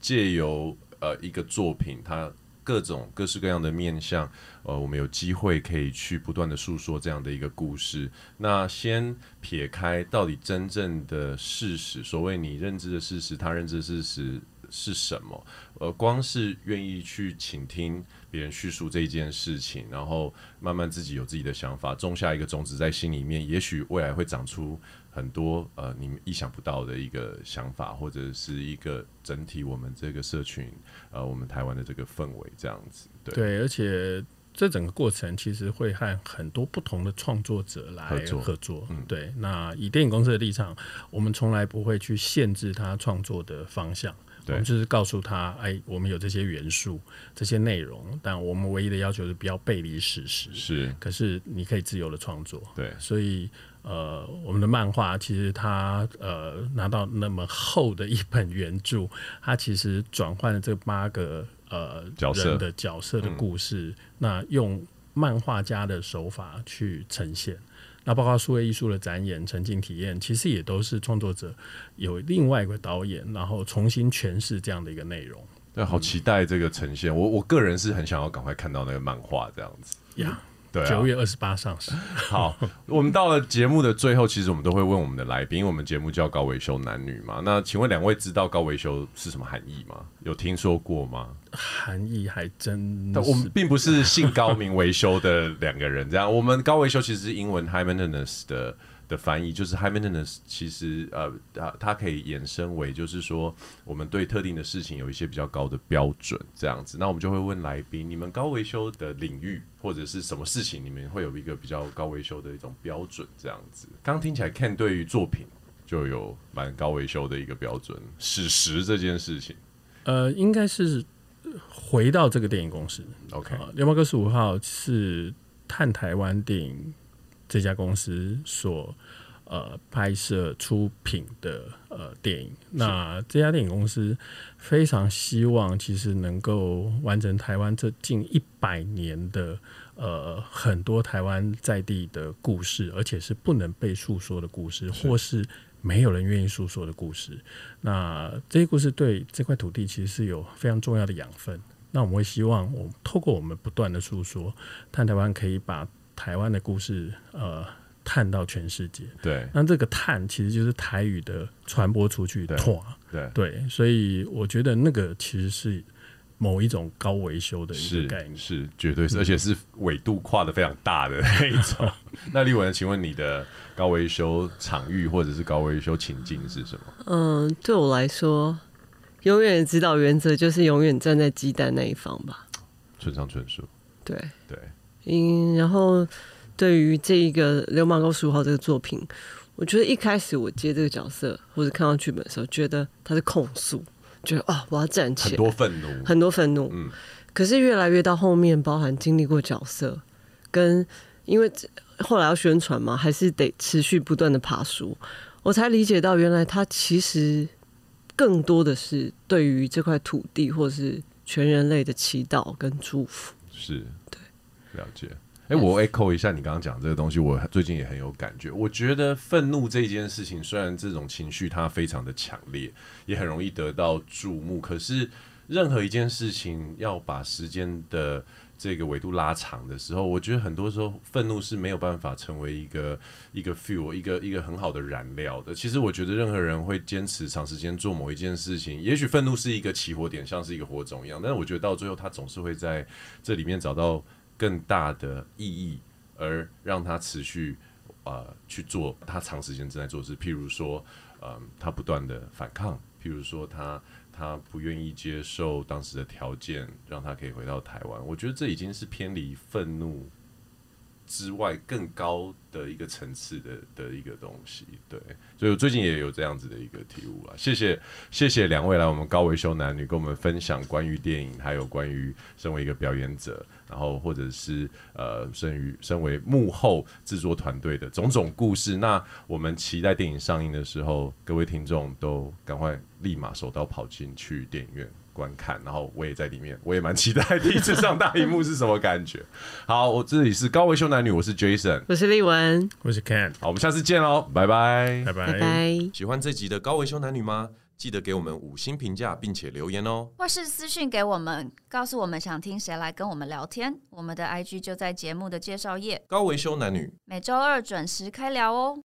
[SPEAKER 2] 借由呃一个作品，它各种各式各样的面向，呃，我们有机会可以去不断的诉说这样的一个故事。那先撇开到底真正的事实，所谓你认知的事实，他认知的事实。是什么？呃，光是愿意去倾听别人叙述这一件事情，然后慢慢自己有自己的想法，种下一个种子在心里面，也许未来会长出很多呃你们意想不到的一个想法，或者是一个整体我们这个社群呃我们台湾的这个氛围这样子。对，
[SPEAKER 4] 对，而且这整个过程其实会和很多不同的创作者来
[SPEAKER 2] 合作嗯
[SPEAKER 4] 对，那以电影公司的立场，我们从来不会去限制他创作的方向。我
[SPEAKER 2] 对
[SPEAKER 4] 们就是告诉他，哎，我们有这些元素、这些内容，但我们唯一的要求是不要背离史实。
[SPEAKER 2] 是，
[SPEAKER 4] 可是你可以自由的创作，
[SPEAKER 2] 对，
[SPEAKER 4] 所以呃，我们的漫画其实它呃拿到那么厚的一本原著，它其实转换了这八个呃
[SPEAKER 2] 角色嗯
[SPEAKER 4] 人的角色的故事，那用漫画家的手法去呈现。那包括数位艺术的展演、沉浸体验，其实也都是创作者有另外一个导演，然后重新诠释这样的一个内容
[SPEAKER 2] 对，好期待这个呈现。我我个人是很想要赶快看到那个漫画这样子。
[SPEAKER 4] 呀。
[SPEAKER 2] 对、啊，
[SPEAKER 4] 九、月二十八上市，
[SPEAKER 2] 好，我们到了节目的最后，其实我们都会问我们的来宾，因为我们节目叫高维修男女嘛。那请问两位知道高维修是什么含义吗？有听说过吗？
[SPEAKER 4] 含义还真
[SPEAKER 2] 但我们
[SPEAKER 4] 嗯是
[SPEAKER 2] 并不是姓高名维修的两个人，这样。我们高维修其实是英文 high maintenance 的的翻译，就是 high maintenance 其实呃，它它可以衍生为就是说，我们对特定的事情有一些比较高的标准，这样子。那我们就会问来宾，你们高维修的领域或者是什么事情，你们会有一个比较高维修的一种标准，这样子。刚听起来，Ken 对于作品就有蛮高维修的一个标准，史实这件事情。
[SPEAKER 4] 呃，应该是回到这个电影公司。
[SPEAKER 2] OK，
[SPEAKER 4] 啊，联发科十五号是探台湾电影这家公司所呃拍摄出品的呃电影。那这家电影公司非常希望，其实能够完成台湾这近一百年的呃很多台湾在地的故事，而且是不能被诉说的故事，或是。没有人愿意诉说的故事，那这些故事对这块土地其实是有非常重要的养分。那我们会希望，我们透过我们不断的诉说，探台湾可以把台湾的故事，呃，探到全世界。
[SPEAKER 2] 对
[SPEAKER 4] 那这个“探”其实就是台语的传播出去，
[SPEAKER 2] 对
[SPEAKER 4] 拓
[SPEAKER 2] 对。
[SPEAKER 4] 对，所以我觉得那个其实是某一种高维修的一
[SPEAKER 2] 是
[SPEAKER 4] 个概念。嗯
[SPEAKER 2] 是绝对是，而且是纬度跨的非常大 的那一种。那立文，请问你的高维修场域或者是高维修情境是什么？
[SPEAKER 1] 嗯，对我来说，永远的指导原则就是永远站在鸡蛋那一方吧。
[SPEAKER 2] 村上春树，
[SPEAKER 1] 对，
[SPEAKER 2] 对，
[SPEAKER 1] 嗯，然后对于这一个《流氓狗十五号》这个作品，我觉得一开始我接这个角色或者看到剧本的时候，觉得他是控诉，觉得哦，我要站起
[SPEAKER 2] 很
[SPEAKER 1] 来，
[SPEAKER 2] 多愤怒，
[SPEAKER 1] 很多愤怒。
[SPEAKER 2] 嗯
[SPEAKER 1] 可是越来越到后面，包含经历过角色，跟因为这后来要宣传嘛，还是得持续不断的爬书，我才理解到原来他其实更多的是对于这块土地或是全人类的祈祷跟祝福。
[SPEAKER 2] 是，对，了解。哎、我 echo 一下你刚刚讲这个东西，我最近也很有感觉。我觉得愤怒这件事情，虽然这种情绪它非常的强烈，也很容易得到注目，可是任何一件事情要把时间的这个维度拉长的时候，我觉得很多时候愤怒是没有办法成为一个一个 fuel，一个一个很好的燃料的。其实我觉得任何人会坚持长时间做某一件事情，也许愤怒是一个起火点，像是一个火种一样，但是我觉得到最后他总是会在这里面找到更大的意义，而让他持续呃去做他长时间正在做的事，譬如说，嗯、他不断的反抗，譬如说他他不愿意接受当时的条件，让他可以回到台湾。我觉得这已经是偏离愤怒之外更高的一个层次的的一个东西，对，所以我最近也有这样子的一个体悟啊。谢谢谢谢两位来我们高维修男女跟我们分享关于电影，还有关于身为一个表演者，然后或者是呃身于身为幕后制作团队的种种故事。那我们期待电影上映的时候，各位听众都赶快立马手刀跑进去电影院。观看，然后我也在里面，我也蛮期待第一次上大荧幕是什么感觉。好，我这里是高维修男女，我是 Jason。
[SPEAKER 1] 我是丽文，
[SPEAKER 4] 我是 Ken，
[SPEAKER 2] 好，我们下次见喽，拜拜。
[SPEAKER 1] 拜拜。
[SPEAKER 2] 喜欢这集的高维修男女吗？记得给我们五星评价，并且留言哦。
[SPEAKER 3] 或是私讯给我们，告诉我们想听谁来跟我们聊天。我们的 IG 就在节目的介绍页，
[SPEAKER 2] 高维修男女，
[SPEAKER 3] 每周二准时开聊哦。